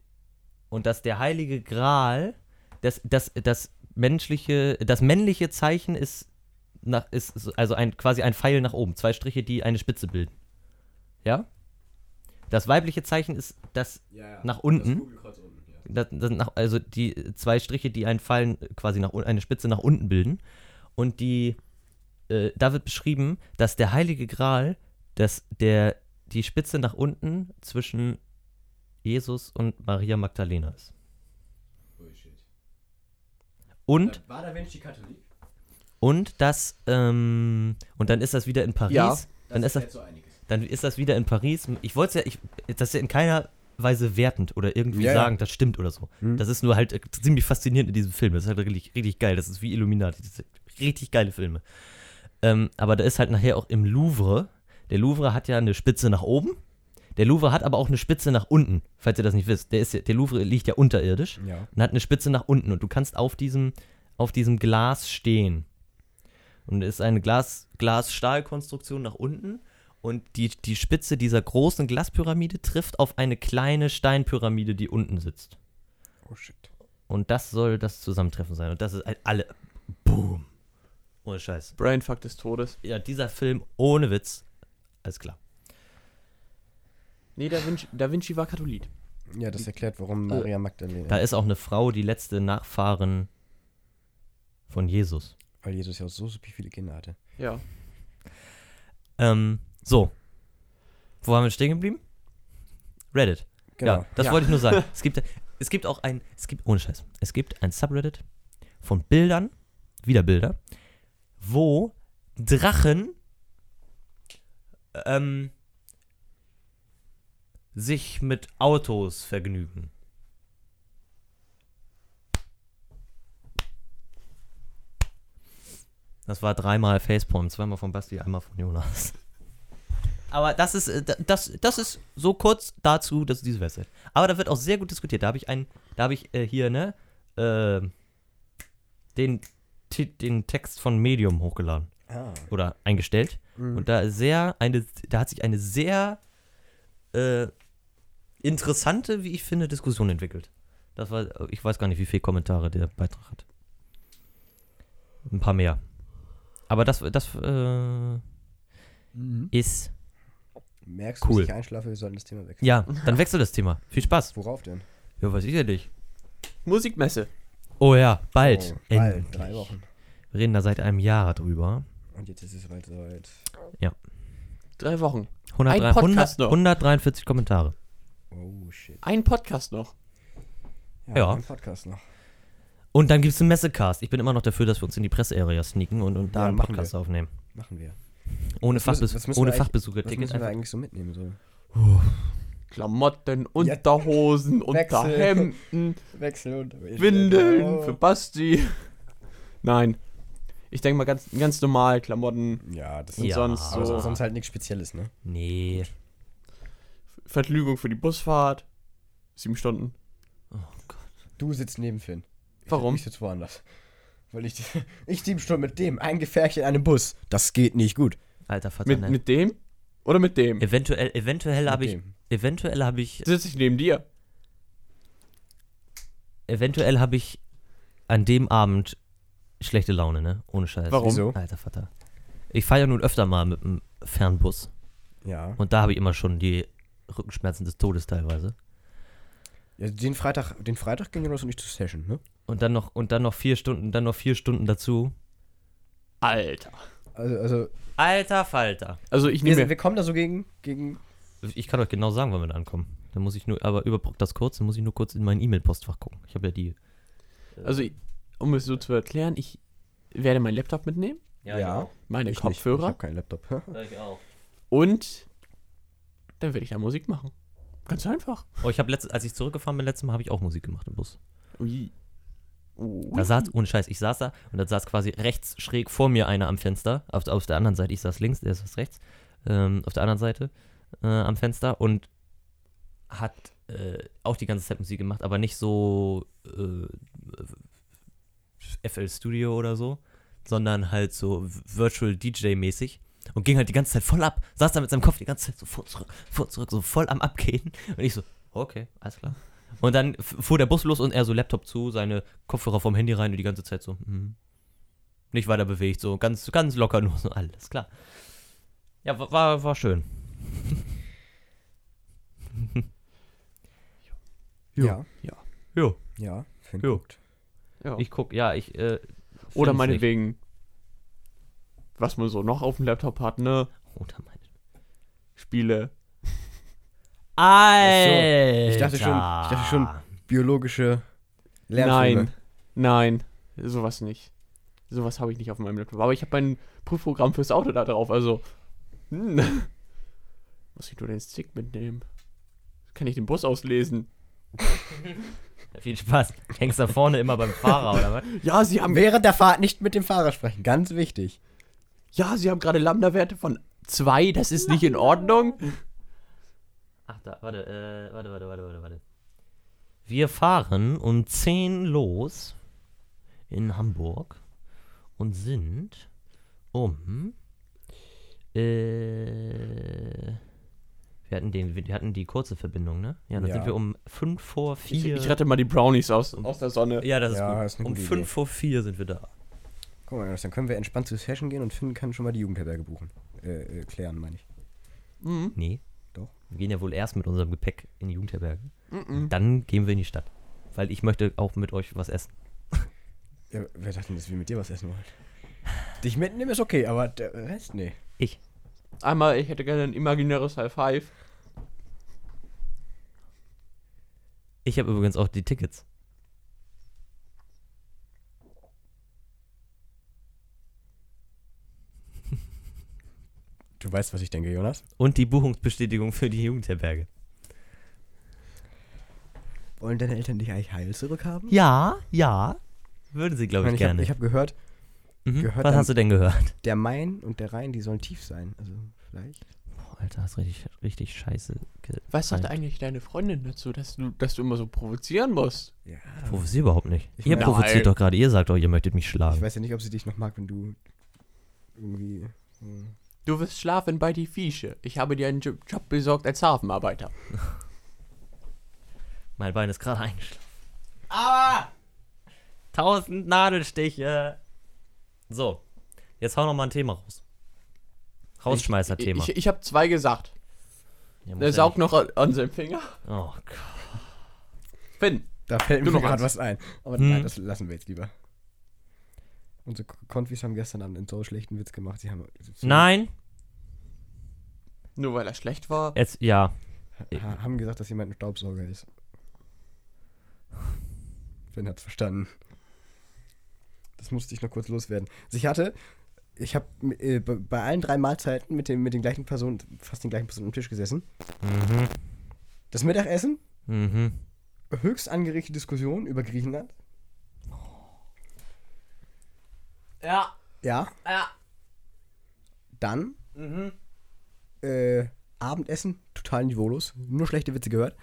und dass der heilige Gral das das das menschliche das männliche Zeichen ist nach, ist so- also ein quasi ein Pfeil nach oben, zwei Striche, die eine Spitze bilden. Ja? Das weibliche Zeichen ist das nach unten. Das, das nach, also die zwei Striche, die einen Pfeil quasi nach un- eine Spitze nach unten bilden. Und die, äh, da wird beschrieben, dass der Heilige Gral, dass der, die Spitze nach unten zwischen Jesus und Maria Magdalena ist. Und,
Äh, War Da Vinci Katholik?
und das, ähm, und dann ist das wieder in Paris.
Ja,
dann ist das,
so einiges.
dann ist das wieder in Paris. Ich wollte es ja, ich, das ist ja in keiner Weise wertend oder irgendwie
Ja, Hm. ja.
sagen, das stimmt oder so. Das ist nur halt äh, ziemlich faszinierend in diesem Film. Das ist halt richtig, richtig geil. Das ist wie Illuminati. Das sind richtig geile Filme. Ähm, aber da ist halt nachher auch im Louvre. Der Louvre hat ja eine Spitze nach oben. Der Louvre hat aber auch eine Spitze nach unten, falls ihr das nicht wisst. Der, ist ja, der Louvre liegt ja unterirdisch
Ja.
und hat eine Spitze nach unten und du kannst auf diesem, auf diesem Glas stehen. Und es ist eine Glas, Glas-Stahlkonstruktion nach unten und die, die Spitze dieser großen Glaspyramide trifft auf eine kleine Steinpyramide, die unten sitzt.
Oh shit.
Und das soll das Zusammentreffen sein. Und das ist halt alle. Boom. Ohne Scheiß.
Brainfuck des Todes.
Ja, dieser Film ohne Witz. Alles klar.
Nee, Da Vinci, da Vinci war Katholik.
Ja, das erklärt, warum Maria
Hm. Äh, Da
Magdalena.
ist auch eine Frau, die letzte Nachfahren von Jesus.
Weil Jesus ja auch so super viele Kinder hatte.
Ja.
Ähm, so. Wo waren wir stehen geblieben? Reddit.
Genau.
Ja, das
Ja.
wollte ich nur sagen. Es gibt, es gibt auch ein, es gibt, ohne Scheiß, es gibt ein Subreddit von Bildern, wieder Bilder, wo Drachen ähm, sich mit Autos vergnügen. Das war dreimal Facepalm, zweimal von Basti, einmal von Jonas. Aber das ist, äh, da- das, das ist so kurz dazu, dass diese Website. Aber da wird auch sehr gut diskutiert. Da habe ich einen, da habe ich äh, hier, ne, äh, den, Ti- den Text von Medium hochgeladen
Ah.
oder eingestellt. Und da ist sehr, eine, da hat sich eine sehr äh, interessante, wie ich finde, Diskussion entwickelt. Das war, ich weiß gar nicht, wie viele Kommentare der Beitrag hat. Ein paar mehr. Aber das, das äh, ist.
Merkst
Cool.
du, dass ich einschlafe, wir sollten das Thema wechseln.
[LAUGHS]
Ja, dann wechsel das Thema. Viel Spaß.
Worauf denn?
Ja, weiß ich ja nicht.
Musikmesse.
Oh ja, bald.
Oh, bald,
Endlich.
drei Wochen.
Wir reden da seit einem Jahr drüber.
Und jetzt ist es bald soweit.
Drei Wochen.
103,
Ein Podcast
100,
noch.
143 Kommentare.
Oh shit.
Ein Podcast noch.
Ja.
Ein Podcast noch.
Und dann gibt es einen Messecast. Ich bin immer noch dafür, dass wir uns in die Pressearea sneaken und, und da
Ja,
einen
machen
Podcast
wir.
aufnehmen.
Machen wir.
Ohne,
Was müssen-
Fachbes
was müssen
ohne
wir eigentlich- Was
Fachbesucherticket.
müssen wir
einfach-
eigentlich so mitnehmen? So?
Klamotten, Unterhosen, Unterhemden,
Wechsel und Oh.
Windeln für Basti. Nein. Ich denke mal ganz, ganz normal Klamotten,
Ja, das
Und
ist
Ja.
sonst
aber
so
Ah.
sonst halt nichts Spezielles, ne?
Nee.
Vergnügung für die Busfahrt. Sieben Stunden.
Oh
Du sitzt neben Finn.
Warum?
Ich sitze [LAUGHS] woanders. Weil ich, ich sieben Stunden mit dem, ein Gefährchen in einem Bus. Das geht nicht gut.
Alter, verdammt.
ne.
Mit, mit dem oder mit dem?
eventuell eventuell habe
Mit
ich
dem.
eventuell habe ich
Sitze ich neben dir.
eventuell habe ich an dem Abend schlechte Laune, ne? Ohne Scheiß.
Warum?
Wieso?
Alter Vater. Ich fahre ja nun öfter mal mit dem Fernbus
Ja.
und da habe ich immer schon die Rückenschmerzen des Todes teilweise.
ja. Den Freitag, den Freitag ging Jonas und ich zur Session, ne?
Und dann noch und dann noch vier Stunden, dann noch vier Stunden dazu.
Alter.
Also, also
Alter Falter.
Also ich
wir,
nehme.
sind- wir kommen da so gegen, gegen.
Ich kann euch genau sagen, wann wir da ankommen. Dann muss ich nur, aber überbrück das kurz, dann muss ich nur kurz in mein E-Mail-Postfach gucken. Ich habe ja die.
Also, ich- um es so zu erklären, ich werde meinen Laptop mitnehmen,
Ja.
meine
Ich nicht. Ich
Kopfhörer
habe keinen Laptop. [LAUGHS]
Ich auch.
und dann werde ich da Musik machen. Ganz einfach.
Oh, ich habe letztes, als ich zurückgefahren bin letztes Mal, habe ich auch Musik gemacht im Bus.
Ui. Ui.
Da saß, ohne Scheiß, ich saß da und da saß quasi rechts schräg vor mir einer am Fenster. Auf, auf der anderen Seite, ich saß links, der saß rechts. Ähm, auf der anderen Seite äh, am Fenster und hat äh, auch die ganze Zeit Musik gemacht, aber nicht so äh, FL Studio oder so, sondern halt so Virtual DJ mäßig und ging halt die ganze Zeit voll ab. Saß da mit seinem Kopf die ganze Zeit so vor zurück, vor zurück, so voll am Abgehen und ich so, okay, alles klar. Und dann f- fuhr der Bus los und er so Laptop zu, seine Kopfhörer vom Handy rein und die ganze Zeit so, mhm. nicht weiter bewegt, so ganz, ganz locker nur so, [LAUGHS] alles klar. Ja, wa- war, war schön.
Jo.
Ja.
Jo.
Ja. Finn
Jo.
guckt.
Ja.
Ich guck, ja, ich, äh,
Oder
find's nicht.
meinetwegen, was man so noch auf dem Laptop hat, ne?
Oder meine.
Spiele.
Alter.
Ich dachte schon- ich dachte schon- Biologische Lernfilme.
Nein. Nein. Sowas nicht. Sowas habe ich nicht auf meinem Laptop. Aber ich habe mein Prüfprogramm fürs Auto da drauf, also. Hm. [LAUGHS] Muss ich nur den Stick mitnehmen? Kann ich den Bus auslesen?
Viel Spaß. Hängst da vorne immer beim Fahrer, oder was?
Ja, sie haben,
Während der Fahrt nicht mit dem Fahrer sprechen. Ganz wichtig.
ja, sie haben gerade Lambda-Werte von 2, das ist nicht in Ordnung.
Ach, da, warte, äh, warte, warte, warte, warte, warte. Wir fahren um 10 los in Hamburg und sind um. Äh, wir hatten, den, wir hatten die kurze Verbindung, ne? Ja, dann
Ja.
sind wir um 5 vor 4.
Ich, ich rette mal die Brownies aus, aus der Sonne.
Ja, das ist
Ja,
gut.
ist eine
um
gute
5
Idee.
vor 4 sind wir da.
Guck mal, Jonas, dann können wir entspannt zur Session gehen und Finn kann schon mal die Jugendherberge buchen. Äh, äh klären, meine ich.
Mhm.
Hm? Nee.
Doch.
Wir gehen ja wohl erst mit unserem Gepäck in die Jugendherberge.
Mhm.
Dann gehen wir in die Stadt. Weil ich möchte auch mit euch was essen.
Ja, wer dachte denn, dass wir mit dir was essen wollen? Dich mitnehmen ist okay, aber der Rest, nee.
Einmal, ich hätte gerne ein imaginäres High Five.
Ich habe übrigens auch die Tickets.
Du weißt, was ich denke, Jonas.
Und die Buchungsbestätigung für die Jugendherberge.
Wollen deine Eltern dich eigentlich heil zurückhaben?
Ja, ja. Würden sie, glaube ich,
meine, ich
gerne.
habe hab gehört,
mhm.
gehört
was
dann-
hast du denn gehört?
der Main und der Rhein, die sollen tief sein. Also vielleicht.
Boah, Oh, Alter, hast richtig, richtig scheiße ge-
Was sagt
Nein.
eigentlich deine Freundin dazu, dass du, dass du immer so provozieren musst?
Ja.
Provozier überhaupt nicht.
Ich
ihr
meine-
provoziert
Nein.
doch gerade. Ihr sagt doch, ihr möchtet mich
Ich
schlagen.
weiß ja nicht, ob sie dich noch mag, wenn du irgendwie. hm.
Du wirst schlafen bei die Fische. Ich habe dir einen Jo- Job besorgt als Hafenarbeiter.
Mein Bein ist gerade eingeschlafen. Ah! Tausend Nadelstiche. So. Jetzt hau noch mal ein Thema raus. Rausschmeißer-Thema.
Ich, ich, ich habe zwei gesagt.
Ja, muss
Der
ja
saugt noch an, an seinem Finger.
nicht- Oh Gott.
Finn.
Da fällt
Du
mir
noch
gerade
eins.
was ein. Aber
Hm.
nein, das lassen wir jetzt lieber. Unsere K- Konfis haben gestern Abend einen so schlechten Witz gemacht. Sie haben
Nein.
Nur weil er schlecht war.
Jetzt, ja.
ha haben gesagt, dass jemand ein Staubsauger ist. Finn hat's verstanden. Das musste ich noch kurz loswerden. Also ich hatte, ich habe äh, bei- bei allen drei Mahlzeiten mit, dem, mit den gleichen Personen, fast den gleichen Personen am Tisch gesessen.
Mhm.
Das Mittagessen
Mhm.
höchst angeregte Diskussion über Griechenland.
Ja,
Ja.
ja.
Dann
Mhm.
äh, Abendessen, total niveaulos, nur schlechte
[LAUGHS]
Witze gehört.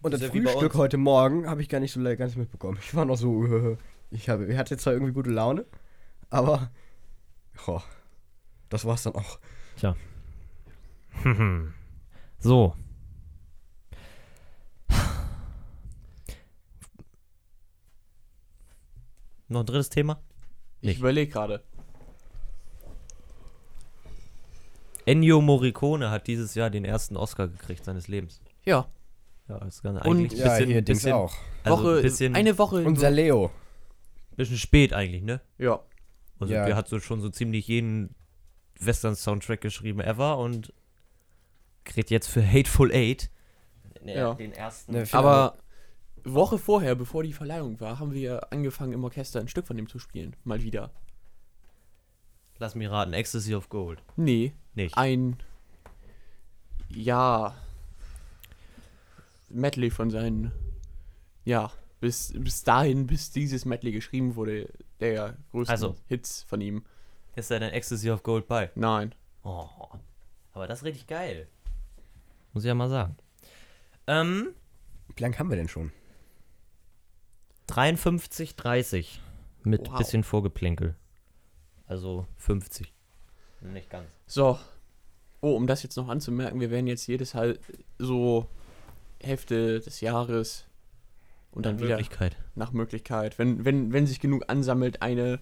Und das
Ist ja wie bei
Frühstück
uns.
heute Morgen habe ich gar nicht so le- ganz mitbekommen. Ich war noch so, [LAUGHS] äh, ich habe, ich hatte zwar irgendwie gute Laune, aber oh, Das war's dann auch.
So. Noch ein drittes Thema?
Ich
Nicht.
überlege gerade.
Ennio Morricone hat dieses Jahr den ersten Oscar gekriegt seines Lebens.
Ja,
Ja, das ist ganz
Und-
eigentlich
Ja, hier, Dings
bisschen,
auch.
Also
Woche,
ein bisschen,
eine Woche.
Unser Leo.
bisschen spät eigentlich, ne?
ja,
Also
Ja.
der hat so schon so ziemlich jeden Western-Soundtrack geschrieben ever und kriegt jetzt für Hateful Eight
Ja.
den ersten.
Ne, viel
aber Woche vorher, bevor die Verleihung war, haben wir angefangen im Orchester ein Stück von dem zu spielen. Mal wieder.
Lass mich raten, Ecstasy of Gold.
Nee,
Nicht.
ein. Ja. Medley von seinen. Ja, bis, bis dahin, bis dieses Medley geschrieben wurde, der größten
Also.
Hits von ihm.
Ist da denn Ecstasy of Gold bei?
Nein.
Oh, aber das ist richtig geil. Muss ich ja mal sagen. Ähm,
Wie lange haben wir denn schon?
53,30 mit
Wow.
bisschen Vorgeplänkel. Also 50. Nicht ganz.
So. Oh, um das jetzt noch anzumerken, wir werden jetzt jedes Halb so Hälfte des Jahres und dann wieder
Möglichkeit.
nach Möglichkeit, wenn, wenn, wenn sich genug ansammelt, eine
Ich,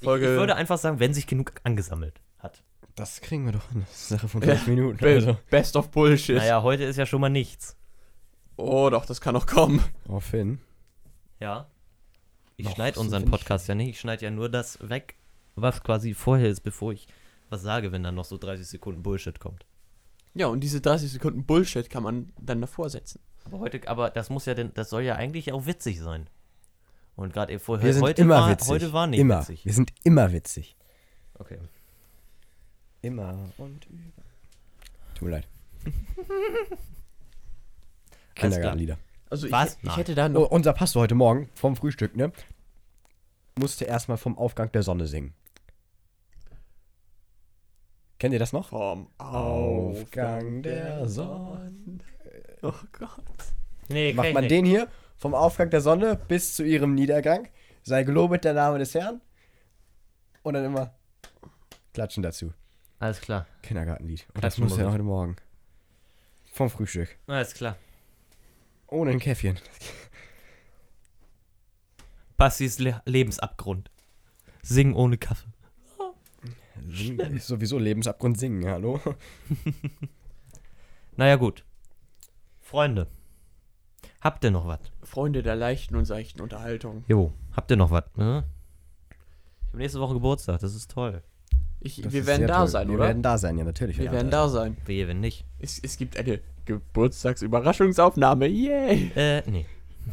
ich
Folge.
würde einfach sagen, wenn sich genug angesammelt hat.
Das kriegen wir doch hin. Das ist Sache von
Ja.
fünf Minuten.
Be-
Also.
Best of Bullshit.
Naja, heute ist ja schon mal nichts.
Oh, doch, das kann noch kommen.
Oh, Finn.
Ja. Ich
Noch
schneide
sind
unseren
wir nicht
Podcast ja nicht. Ich schneide ja nur das weg, was quasi vorher ist, bevor ich was sage, wenn dann noch so 30 Sekunden Bullshit kommt.
Ja, und diese 30 Sekunden Bullshit kann man dann davor setzen.
Aber heute, aber das muss ja denn, das soll ja eigentlich auch witzig sein. Und gerade eben vorher,
Wir sind
heute,
immer
war,
witzig.
heute war nicht
immer.
witzig.
Wir sind immer witzig.
Okay.
Immer und über. Tut mir leid.
Alles klar.
Kindergartenlieder.
Also ich,
Was?
ich
Nein.
hätte da
Oh,
noch.
unser Pastor heute Morgen vom Frühstück, ne? Musste erstmal vom Aufgang der Sonne singen. Kennt ihr das noch?
Vom
Aufgang der Sonne.
Oh Gott.
Nee, kann
Macht
ich
man
nicht.
den hier vom Aufgang der Sonne bis zu ihrem Niedergang. Sei gelobet der Name des Herrn. Und dann immer klatschen dazu.
Alles klar.
Kindergartenlied. Und das
Klatschen
musste er
muss
heute Morgen. Vom Frühstück.
Alles klar.
Ohne ein Käffchen.
Bassis Le Lebensabgrund. Singen ohne Kaffee.
Singen Ist sowieso Lebensabgrund singen, ja, hallo?
Naja, gut. Freunde. Habt ihr noch was?
Freunde der leichten und seichten Unterhaltung.
Jo. Habt ihr noch was? Ne? Ich habe nächste Woche Geburtstag, das ist toll.
Ich,
Das
wir
ist
werden
sehr
da
toll.
sein,
wir
oder?
Wir werden da sein, ja, natürlich.
wir werden da sein.
Wehe, wenn nicht.
Es, es gibt eine Geburtstagsüberraschungsaufnahme. Yay!
Äh, nee.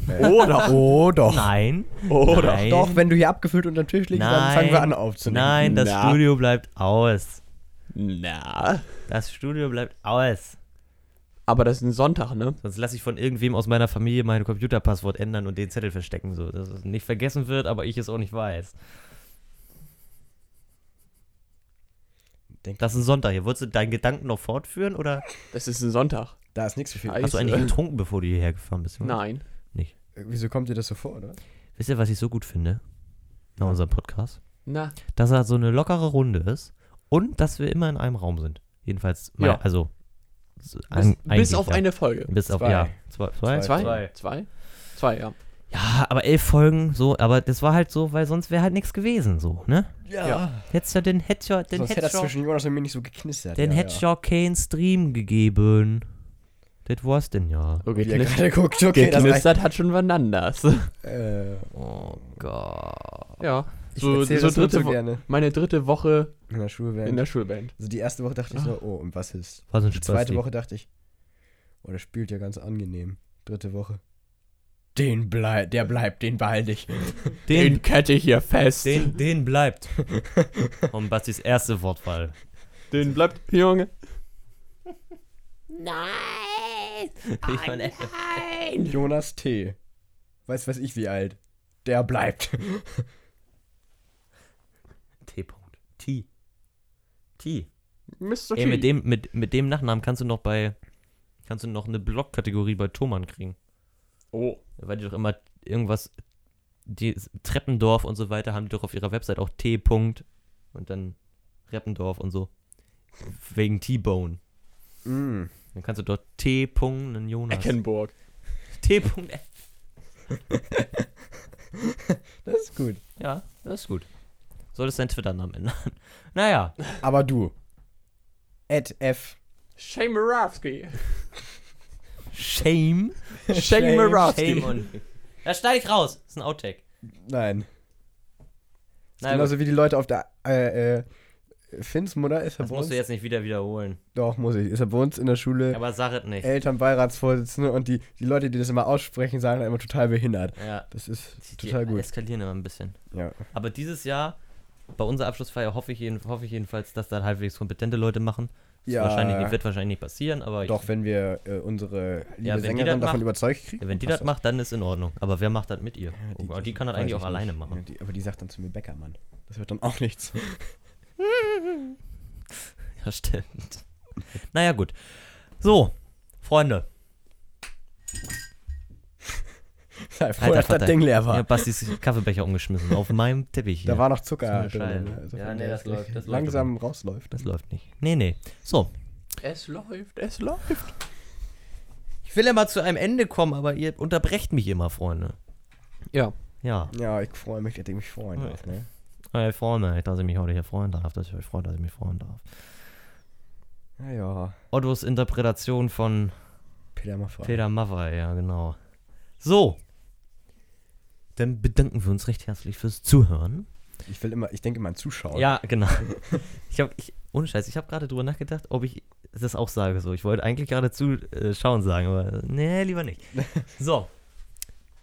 Oder. Oh, doch.
Nein.
Oder.
Nein.
[LAUGHS] Doch, wenn du hier abgefüllt unterm Tisch liegst, dann fangen wir
Nein.
an aufzunehmen.
Nein, das
Na.
Studio bleibt aus.
Na.
Das Studio bleibt aus.
Aber das ist ein Sonntag, ne?
Sonst lasse ich von irgendwem aus meiner Familie mein Computerpasswort ändern und den Zettel verstecken, so dass es nicht vergessen wird, aber ich es auch nicht weiß.
Denk-
Das ist ein Sonntag. Hier wolltest du deinen Gedanken noch fortführen oder
Das ist ein Sonntag.
Da ist nichts für viel.
Ei.
hast du eigentlich getrunken, bevor du hierher gefahren bist? oder?
äh, Nein.
Wieso kommt dir das so vor, oder?
Wisst ihr, was ich so gut finde? Nach unserem Podcast?
Na.
Dass er so eine lockere Runde ist und dass wir immer in einem Raum sind. Jedenfalls, mein,
Ja.
also. so
Bis,
ein- eigentlich,
bis auf
ja.
eine Folge.
Bis auf,
Zwei.
ja. Zwei, zwei,
Zwei?
Zwei.
Zwei? Zwei, ja.
Ja, aber elf Folgen, so, aber das war halt so, weil sonst wäre halt nichts gewesen, so, ne?
Ja.
Ja.
Hättest ja den Hedgehog, den
Sonst hätte das
Hedgehog,
zwischen Jonas und mir nicht so geknistert.
den
ja, ja.
Hedgehog Kane Stream gegeben. Das war's denn ja.
Okay,
Wie er gerade guckt, okay, das reicht.
geknistert hat schon wann anders.
Äh,
Oh Gott.
ja.
ich
So,
erzähl
so
das nur
dritte
so
Wo
gerne.
meine dritte Woche
In der Schule
in der Ah. Schulband.
Also die erste Woche dachte ich so, oh, und was ist?
Was ein
Die
Spaß.
zweite Woche dachte ich, oh, das spielt ja ganz angenehm. Dritte Woche. Den bleibt, der bleibt, den behalte ich.
Den,
kette ich hier fest.
den,
Den,
den
[LAUGHS]
bleibt. Und Bastis erste Wortwahl.
bleibt, Junge.
Nein! Ich mein, äh,
Jonas T. Weiß weiß ich wie alt. Der [LAUGHS] bleibt.
T. -Punkt. T. T.
Mr.
Ey, mit dem, mit, mit dem Nachnamen kannst du noch bei, kannst du noch eine Blog-Kategorie bei Thomann kriegen.
Oh.
weil die doch immer irgendwas, die Treppendorf und so weiter haben die doch auf ihrer Website auch T. -Punkt und dann Reppendorf und so. Wegen T-Bone.
Mm.
Dann kannst du dort T. Punkt einen Jonas.
Eckenburg.
T. Punkt.
Das ist gut.
Ja, das ist gut. Solltest deinen Twitter-Namen ändern. [LAUGHS] Naja,
Aber du. At F.
Shamerowski.
Shame. Shame
Shamerowski.
[LAUGHS]
und. Das schneide ich raus. Das ist ein Outtake.
Nein.
Nein,
Genauso Genau wie die Leute auf der. Äh, äh, Finns Mutter ist ja
das
bei
musst
uns.
du jetzt nicht wieder wiederholen.
Doch, muss ich. Ist ja Äh, bei uns in der Schule
Aber sag es nicht.
Elternbeiratsvorsitzende und die, die Leute, die das immer aussprechen, sagen dann immer total behindert.
Ja.
Das ist
Die
total gut.
eskalieren immer ein bisschen.
Ja.
Aber dieses Jahr, bei unserer Abschlussfeier, hoffe ich, jeden, hoffe ich jedenfalls, dass dann halbwegs kompetente Leute machen. Das
Ja.
Wahrscheinlich nicht, wird wahrscheinlich nicht passieren, aber ich,
Doch, wenn wir äh, unsere
Ja,
liebe
wenn die das
Sängerin davon
macht-
überzeugt kriegen.
wenn die
passt
das macht, dann ist in Ordnung. Aber wer macht das mit ihr? Oh,
die-
die, die kann das
Weiß
eigentlich
ich
auch
nicht.
alleine
Ja,
machen.
die, aber die sagt dann zu mir Bäckermann. Das wird dann auch
[LAUGHS]
nichts.
Ja, stimmt. [LAUGHS] Naja, gut. So, Freunde.
Sei froh, dass
Vater.
das Ding leer war.
Ja, Basti ist Kaffeebecher umgeschmissen. Auf meinem Teppich hier.
Da war noch Zucker.
Zum
drin,
Bescheid.
also
Ja,
wenn
nee,
der
das läuft- das läuft
langsam rausläuft.
das läuft nicht. Nee, nee. So.
Es läuft, es läuft.
Ich will immer zu einem Ende kommen, aber ihr unterbrecht mich immer, Freunde.
Ja.
Ja.
Ja, ich freue mich, dass ich mich freuen
Ja.
darf. Ne?
Hey, Freunde, dass ich mich heute hier freuen darf, dass ich euch freue, dass ich mich freuen darf.
Ja, ja.
Ottos Interpretation von
Peter Maffay.
Peter Maffay, ja, genau. So. Dann bedanken wir uns recht herzlich fürs Zuhören.
Ich will immer, ich denke immer an Zuschauer.
Ja, genau. Ich habe, ich, ohne Scheiß, ich habe gerade drüber nachgedacht, ob ich das auch sage so. Ich wollte eigentlich gerade zuschauen sagen, aber nee, lieber nicht. So.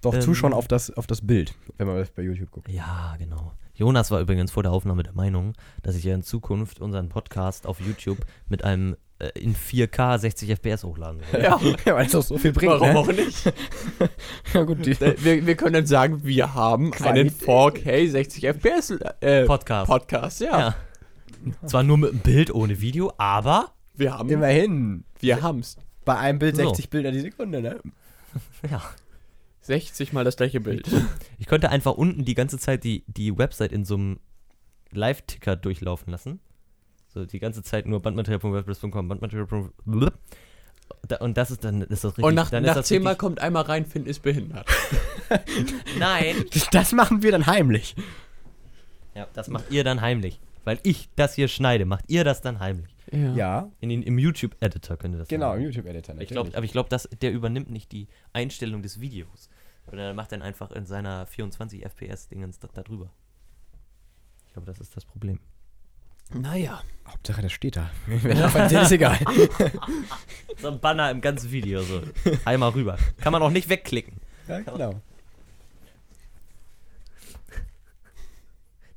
Doch
Ähm.
Zuschauen auf das, auf das Bild, wenn man das bei
[LAUGHS]
YouTube guckt.
Ja, genau. Jonas war übrigens vor der Aufnahme der Meinung, dass ich ja in Zukunft unseren Podcast auf YouTube mit einem äh, in 4K 60 FPS hochladen
[LAUGHS]
soll.
Ja.
Ja, weil es auch so viel bringt.
Warum
Ne?
auch nicht? Äh,
Ja, gut, die,
Äh,
Wir, wir können dann sagen, wir haben einen
Qualität.
4K 60 FPS äh,
Podcast.
Podcast, ja.
Ja. Zwar nur mit einem Bild ohne Video, aber
Wir haben
immerhin.
wir haben's.
Bei einem Bild
So.
60 Bilder die Sekunde, ne?
ja,
60 mal das gleiche
[LAUGHS]
Bild.
ich könnte einfach unten die ganze Zeit die, die Website in so einem Live-Ticker durchlaufen lassen. So die ganze Zeit nur bandmaterial.wordpress.com, bandmaterial.com. blub. Da- Und das ist dann ist das richtig.
Und nach,
dann
nach
ist das
zehnmal
richtig-
kommt einmal rein, Finn ist behindert.
Nein.
Das machen wir dann heimlich.
Ja, das macht ihr dann heimlich. Weil ich das hier schneide, macht ihr das dann heimlich.
Ja,
In den, Im YouTube-Editor könnt ihr das
genau, im
machen.
YouTube-Editor
Ich
natürlich.
glaub, aber ich glaube, der übernimmt nicht die Einstellung des Videos. Sondern er macht dann einfach in seiner 24 FPS-Dingens da, da drüber. Ich glaube, das ist das Problem.
Naja.
Hauptsache, das steht [LAUGHS] da. Mir ist egal.
So ein Banner im ganzen Video, so. Einmal rüber. Kann man auch nicht wegklicken.
Ja, genau.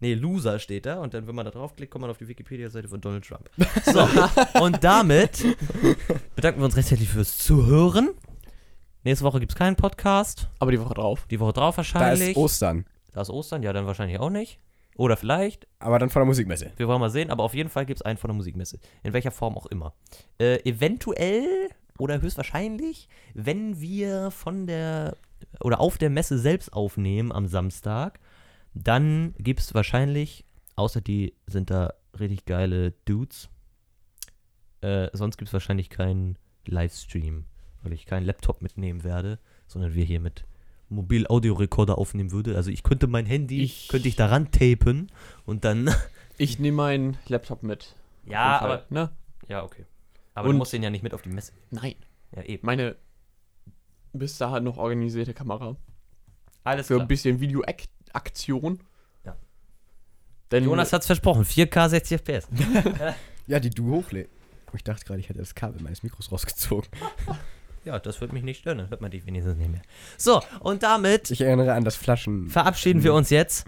Nee, Loser steht da und dann, wenn man da draufklickt, kommt man auf die Wikipedia-Seite von Donald Trump. So, und damit bedanken wir uns recht herzlich fürs Zuhören. Nächste Woche gibt es keinen Podcast.
Aber die Woche drauf.
Die Woche drauf
Da
wahrscheinlich.
ist Ostern.
da ist Ostern, ja, dann wahrscheinlich auch nicht. Oder vielleicht.
Aber dann von der Musikmesse.
Wir wollen mal sehen, aber auf jeden Fall gibt es einen von der Musikmesse. In welcher Form auch immer. Äh, eventuell oder höchstwahrscheinlich, wenn wir von der oder auf der Messe selbst aufnehmen am Samstag, dann gibt es wahrscheinlich, außer die sind da richtig geile Dudes, äh, sonst gibt es wahrscheinlich keinen Livestream, weil ich keinen Laptop mitnehmen werde, sondern wir hier mit Mobil-Audio-Recorder aufnehmen würde. Also ich könnte mein Handy,
Ich-
könnte ich daran tapen und dann
Ich nehme meinen Laptop mit.
ja,
Auf jeden
aber.
Fall, Ne?
Ja, okay. Aber du
Und-
musst den ja nicht mit auf die Messe.
Nein.
Ja, eben.
Meine bis dahin noch organisierte Kamera.
Alles
Für
klar.
ein bisschen Videoaktion.
Ja.
Denn
Jonas hat's versprochen. 4K 60 FPS.
Ja, die du hochlädst. Ich dachte gerade, ich hätte das Kabel meines Mikros rausgezogen.
Ja, das wird mich nicht stören. Dann hört man dich wenigstens nicht mehr. So, und damit
Ich erinnere an das Flaschen.
verabschieden wir uns jetzt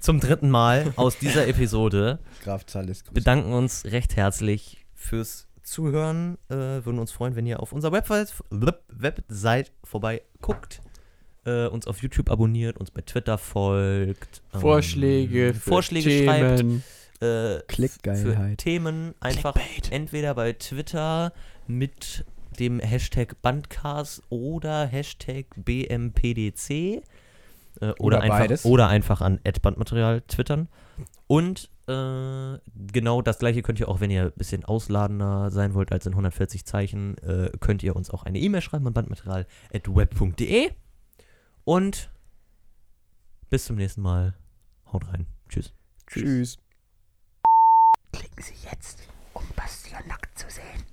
zum dritten Mal aus dieser Episode.
Graf Zahles. Grüß.
Bedanken uns recht herzlich fürs Zuhören. Äh, würden uns freuen, wenn ihr auf unserer Website, Web- Website vorbei guckt. Äh, uns auf YouTube abonniert, uns bei Twitter folgt. ähm,
Vorschläge, für
Vorschläge schreibt.
Themen.
Äh, für
Klickgeilheit.
Themen einfach entweder bei Twitter mit dem Hashtag Bandcast oder Hashtag BMPDC äh, oder,
Oder
einfach,
beides.
oder einfach an Bandmaterial twittern. Und Äh, genau das gleiche könnt ihr auch, wenn ihr ein bisschen ausladender sein wollt als in 140 Zeichen, äh, könnt ihr uns auch eine E-Mail schreiben an bandmaterial.web.de. Und bis zum nächsten Mal. Haut rein. Tschüss.
Tschüss.
Klicken Sie jetzt, um Bastian nackt zu sehen.